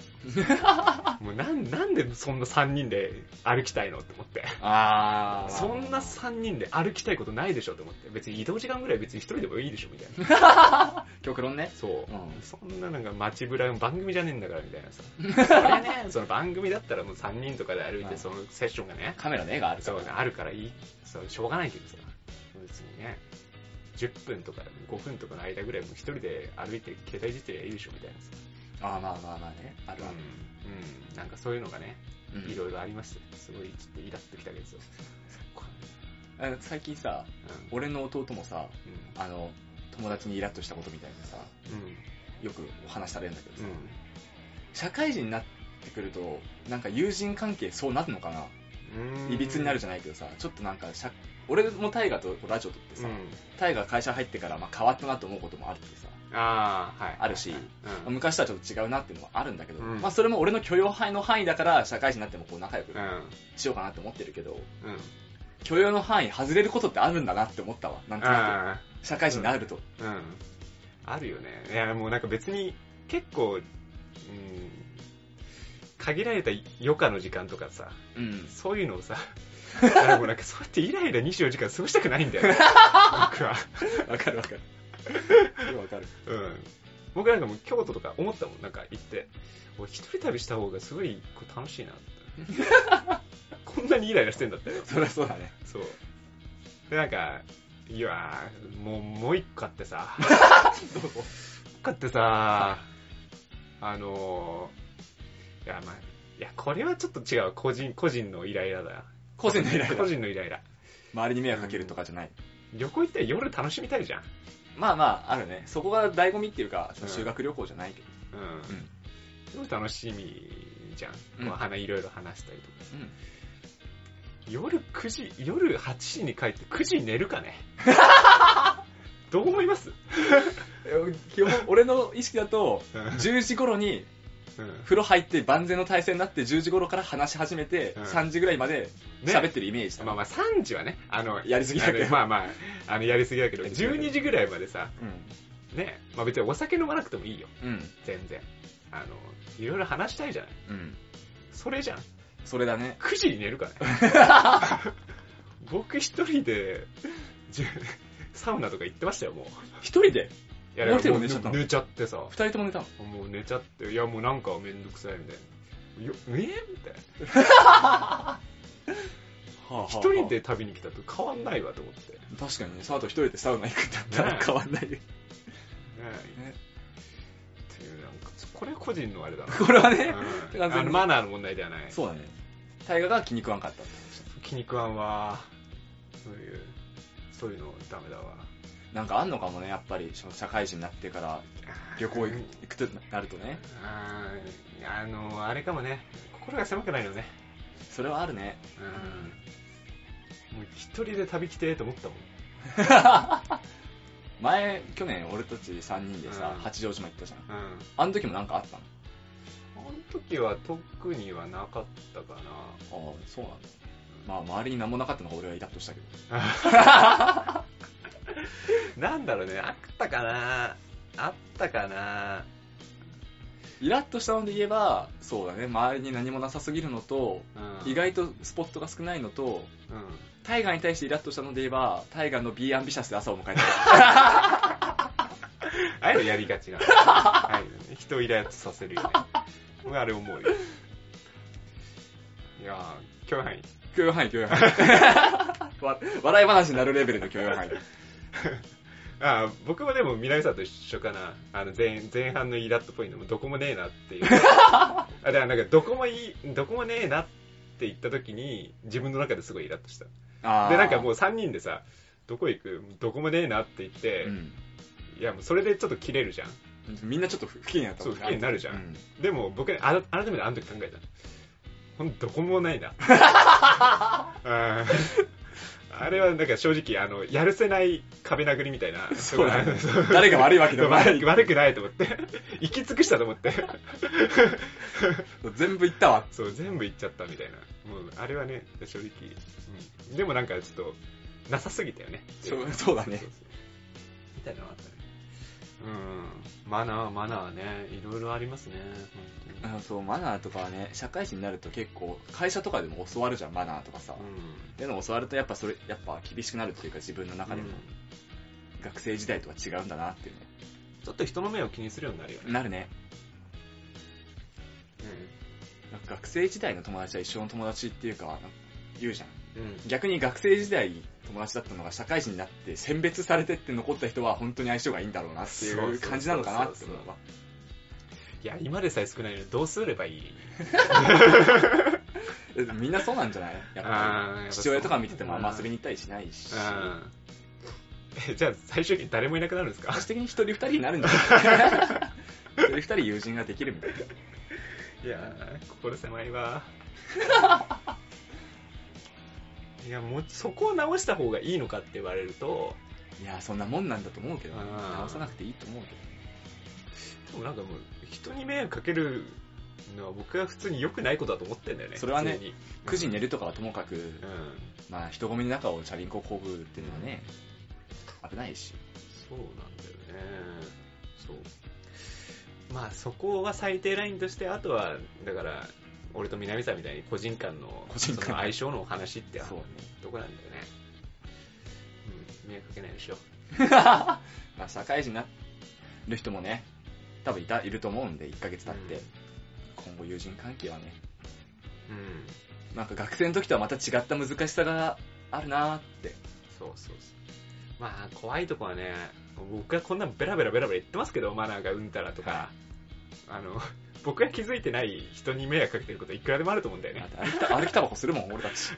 S1: もうなんなんでそんな三人で歩きたいのって思って。
S2: ああ。
S1: そんな三人で歩きたいことないでしょって思って。別に移動時間ぐらい別に一人でもいいでしょみたい な。
S2: 極論ね。
S1: そう
S2: う。ん。
S1: そんななんか街ぶらの番組じゃねえんだからみたいなさ。 それね、その番組だったらもう三人とかで歩いて、そのセッションがね、
S2: カメラの絵があるか
S1: そ
S2: ら。
S1: うね、あるからいい。そう、しょうがないけどさ。別にね、10分とか5分とかの間ぐらいもう一人で歩いて携帯自体りゃいいでしょみたいなさ。
S2: ああ、まあまあまあね。あるあ
S1: うん。なんかそういうのがね、
S2: る。うん
S1: いろいろありましたよすごい、ちょっとイラッときたけどさ。
S2: あの最近さ、
S1: う
S2: 俺の弟もさ、
S1: ん。
S2: あの、友達にイラッとしたことみたいなさ、
S1: うん。
S2: よくお話しされるんだけど
S1: う
S2: さ、
S1: ん。
S2: 社会人になっってくると、なんか友人関係そうなるのかな
S1: うん
S2: いびつになるじゃないけどさ、ちょっとなんかしゃ、俺も大河とラジオ撮ってさ、
S1: うん
S2: 大河会社入ってからまあ変わったなと思うこともあるってさ、
S1: ああはい
S2: あるし
S1: うん
S2: 昔とはちょっと違うなっていうのはあるんだけど、
S1: うん
S2: まあそれも俺の許容範囲の範囲だから社会人になってもこう仲良く
S1: うん
S2: しようかなって思ってるけど、
S1: うん
S2: 許容の範囲外れることってあるんだなって思ったわ。なんとな
S1: あ
S2: く。社会人になると。
S1: ーうんあるよねいやもうなんか別に結構うん限られた余暇の時間とかさ
S2: うん。
S1: そういうのをさ だからもうなんかそうやってイライラ24時間過ごしたくないんだよね僕は
S2: わかるわかる。わかる。
S1: うん。僕なんかもう京都とか思ったもん、なんか行って。俺一人旅した方がすごいこれ楽しいなって。こんなにイライラしてんだって。
S2: そりゃそうだね。
S1: そう。で、なんか、いやーもう、もう一個買ってさ。
S2: どうぞ。
S1: 買ってさ、あのー、いや、まあ、いや、これはちょっと違う。個人、個人のイライラだ。
S2: 個人のイライ
S1: 個
S2: ラ。
S1: 人のイライラ。
S2: 周りに迷惑かけるとかじゃない。
S1: 旅行行って夜楽しみたいじゃん。
S2: まあまあ、あるね。そこが醍醐味っていうか、その修学旅行じゃないけど。
S1: うん。すごい楽しみじゃん。
S2: うん
S1: こう花いろいろ話したりとか。
S2: うん。
S1: 夜9時、夜8時に帰って9時に寝るか ねどう思います
S2: 基本、俺の意識だと、
S1: うん
S2: 10時頃に
S1: うん
S2: 風呂入って万全の体制になって10時頃から話し始めて、
S1: うん
S2: 3時ぐらいまで
S1: ね
S2: 喋ってるイメージだ、
S1: まあまあ3時はね、あの、
S2: やりすぎだけ
S1: あ
S2: ど
S1: のまあまあ、あの、やりすぎだけど、
S2: やりすぎだけど
S1: 12時ぐらいまでさ、
S2: う
S1: ね、まあ別にお酒飲まなくてもいいよ、
S2: ん。うん。
S1: 全然。あの、いろいろ話したいじゃない。
S2: うん。
S1: それじゃん。
S2: それだね。
S1: 9時に寝るかね。 僕一人で、じゅサウナとか行ってましたよ、もう。
S2: 一人で
S1: いやだから
S2: もう寝ちゃったの
S1: 寝ちゃってさ。
S2: 二人とも寝たの
S1: もう寝ちゃって、いやもうなんかめんどくさいみたいな。よえーみたいな。一人。で旅に来たと変わんないわと思って。ね
S2: 確かにね、その後一人でサウナ行くんだった
S1: ね
S2: ら変わんないよ。
S1: えっ
S2: ね
S1: ていう、なんか、これ個人のあれだな。
S2: これはね、
S1: うん、
S2: 完全に
S1: あのマナーの問題ではない。
S2: そうだね。大河が気に食わんかったって話
S1: 気に食わんわ。そういう、そういうのダメだわ。
S2: なんかあんのかもね、やっぱり、その社会人になってから旅行行く行くとなるとね。
S1: あーあの、あれかもね。心が狭くないのね。
S2: それはあるね。
S1: うん。もう一人で旅来てーと思ったもん。
S2: 前、去年俺たち3人でさ
S1: う、ん
S2: 八丈島行ったじゃん。
S1: うん。
S2: あの時もなんかあったの
S1: あの時は特にはなかったかな。
S2: ああ、そうなんだ。まあ、周りに何もなかったのが俺はイラッとしたけど。
S1: なんだろうね、あったかなあったかな
S2: イラッとしたので言えば、そうだね、周りに何もなさすぎるのと、
S1: うん
S2: 意外とスポットが少ないのと、タイガーに対してイラッとしたので言えば、タイガーの B アンビシャスで朝を 迎えた。
S1: ああいうのやりがちなの。ああいうのね人をイライラさせるよね。俺あれ思うよ。いやー、共犯
S2: 許容範囲、許容範 囲。わ笑い話になるレベルの許容範囲。
S1: あー僕もでも南さんと一緒かな。あの前、前半のイラッとポイントもどこもねえなっていう。あ、でもなんかどこもいい、どこもねえなって言った時に自分の中ですごいイラッとした。
S2: あ
S1: で、なんかも
S2: う、
S1: う3人でさ、どこ行くどこもねえなって言って、
S2: うん、
S1: いやもうそれでちょっと切れるじゃん。
S2: みんなちょっと不機嫌やった
S1: そう、不機嫌になるじ
S2: じ
S1: ゃ
S2: ゃ
S1: ん。
S2: ん。
S1: でも僕ね、あ改めてあの時考えたの。ほんとどこもないな。あーあれはなんか正直、あの、やるせない壁殴りみたいな。
S2: そうだね
S1: そう
S2: 誰が 悪いわけで
S1: そう
S2: もな
S1: 悪
S2: い
S1: く。悪くないと思って。 行き尽くしたと思って。
S2: 全部言ったわ。
S1: そう、全部行っちゃったみたいな。もう、あれはね、正直。うんでもなんかちょっと、なさすぎたよね。
S2: そうそうだね。
S1: みたいなのあったね。うん。マナー、マナーね、いろいろありますね。本
S2: あそう、マナーとかはね、社会人になると結構、会社とかでも教わるじゃん、マナーとかさ。
S1: 当に。うん。
S2: でも教わるとやっぱそれ、やっぱ厳しくなるっていうか自分の中でも、学生時代とは違うんだなっていうね。
S1: ちょっと人の目を気にするようになるよね。
S2: なるね。なんか学生時代の友達は一生の友達っていうか、なんか言うじゃん。
S1: うん。
S2: 逆に学生時代友達だったのが社会人になって選別されてって残った人は本当に相性がいいんだろうなって
S1: そうそう
S2: い
S1: そう
S2: う
S1: そう
S2: 感じなのかなって思うわ。
S1: いや、今でさえ少ないのにどうすればいい
S2: えみんなそうなんじゃないや
S1: あーや
S2: っぱ
S1: っぱ
S2: り。
S1: そう
S2: 父親とか見ててもあんま遊びに行ったりしないし。
S1: うん。え、じゃあ最終的に誰もいなくなるんですか
S2: 最終的に一人二人になるんじゃない一人二人友人ができるみたいな。
S1: いやー、心狭い わ。いや、もう、そこを直した方がいいのかって言われると、
S2: いや、そんなもんなんだと思うけどね。
S1: あー
S2: 直さなくていいと思うけ
S1: でもなんかもう、人に迷惑かけるのは僕は普通に良くないことだと思ってんだよね。
S2: それはね
S1: 普通に。
S2: ど。9時に寝るとかはともかく、
S1: うん。
S2: まあ、人混みの中をチャリンコこぐっていうのはね、危ないし。
S1: そうなんだよね。そう。まあそこは最低ラインとして、あとは、だから、俺と南さんみたいに個人間の
S2: 個人間
S1: その相性の話って
S2: そうね。
S1: とこなんだよね。うん、迷惑かけないでしょ。
S2: まあ、社会人になる人もね、多分いた、いると思うんで、1ヶ月経って、
S1: うん
S2: 今後友人関係はね、
S1: うん。
S2: なんか学生の時とはまた違った難しさがあるなーって。
S1: そうそうそう。まあ怖いとこはね、僕がこんなベラベラベラベラ言ってますけど、マナーがうんたらとか、
S2: は
S1: あの、 僕が気づいてない人に迷惑かけてることいくらでもあると思うんだよ
S2: だっ
S1: ね。
S2: て歩き た歩きタバコするもん、俺たち。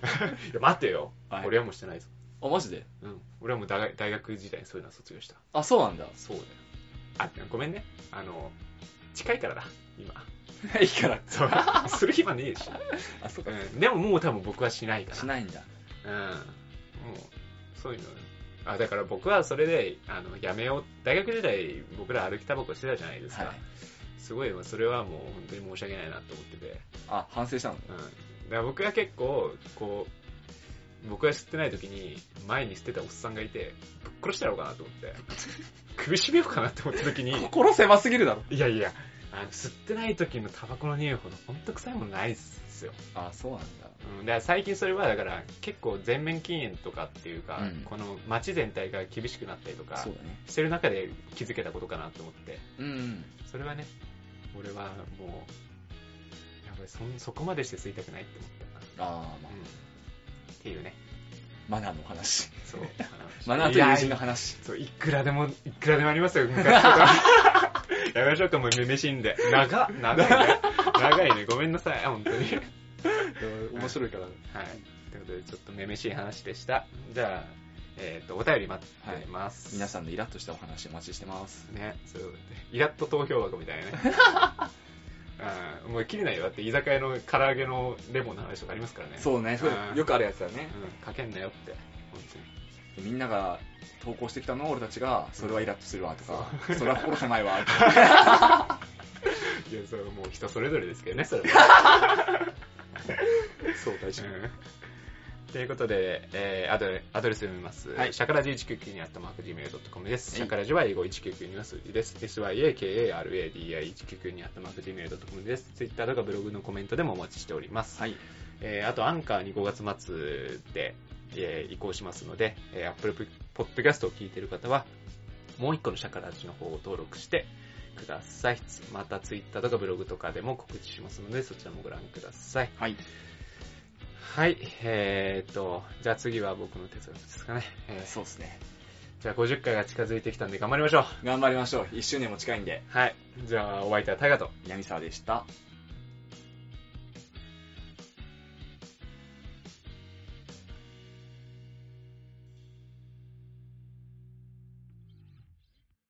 S1: いや待てよ、
S2: はい
S1: 俺はもうしてないぞ。
S2: あ、マジで
S1: うん。俺はもう大学大学時代にそういうのは卒業した。
S2: あ、そうなんだ。
S1: そうだよ。あ、ごめんね。あの、近いからだ、今。
S2: いいから。
S1: そう。する暇ねえし。
S2: あ、そうか。
S1: うん。でももう多分僕はしないか
S2: しないんだ。
S1: ら。うん。もう、そういうの。あ、だから僕はそれで、あの、やめよう。大学時代、僕ら歩きタバコしてたじゃないですか。
S2: はい。
S1: すごい、それはもう本当に申し訳ないなと思ってて。
S2: あ、反省したの
S1: うん。だから僕が結構、こう、僕が知ってない時に、前に捨てたおっさんがいて、ぶっ殺してやろうかなと思 って。首絞めようかなと思った時に、
S2: 心狭すぎるだろ。
S1: いやいや、あの吸ってない時のタバコの匂いほどほんと臭いものないっすよ。
S2: あ、そうなんだ。
S1: うん、だから最近それはだから結構全面禁煙とかっていうか、
S2: うん
S1: この街全体が厳しくなったりとか
S2: そうだね。
S1: してる中で気づけたことかなと思って、
S2: うん。
S1: それはね、俺はもう、やっぱりそんそこまでして吸いたくないって思ったな。
S2: あー、ま
S1: う
S2: あ
S1: ん、っていうね、
S2: マナーの話。
S1: そう。
S2: マナーと
S1: いや
S2: 友人の話。
S1: そう、いくらでも、いくらでもありますよ、 昔とか。やめましょうか、もう、めめしいんで。長っ長いね。長いね。ごめんなさい、本当に。はい。という面白
S2: いから。
S1: ことで、ちょっとめめしい話でした。じゃあ、えっ、と、お便り待ってます。
S2: 皆さんのイラッとしたお話お待ちしてます。
S1: ね、そう、イラッと投票箱みたい なね。うんもう切れないよ。だって、居酒屋の唐揚げのレモンの話とかありますからね。う。
S2: そうね
S1: そうよ
S2: くあるやつだね
S1: ん、かけんなよって。本当に。
S2: みんなが投稿してきたのを俺たちが、それはイラッとするわとか、それは心狭いわとか。
S1: いや、それはもう人それぞれですけどね、それは。
S2: そう、大丈
S1: ということで、えーアドレアドレス読みます。
S2: はい
S1: シャカラジ199にあったマーク Gmail.com です。
S2: はい
S1: シャカラジは英語199の数字です。syakara199 にあったマーク Gmail.com です。Twitter とかブログのコメントでもお待ちしております。
S2: はい。
S1: えーあと、アンカーに5月末で、えー移行しますので、えー Apple Podcast を聞いている方は、もう一個のシャカラジの方を登録してください。また Twitter とかブログとかでも告知しますので、そちらもご覧ください。
S2: はい。
S1: はい、えー、っと、じゃあ次は僕の哲学ですかね。えー
S2: そうですね。
S1: じゃあ50回が近づいてきたんで頑張りましょう。
S2: 頑張りましょう。1周年も近いんで、
S1: はい、じゃあお相手はタイガと。
S2: 闇沢でした。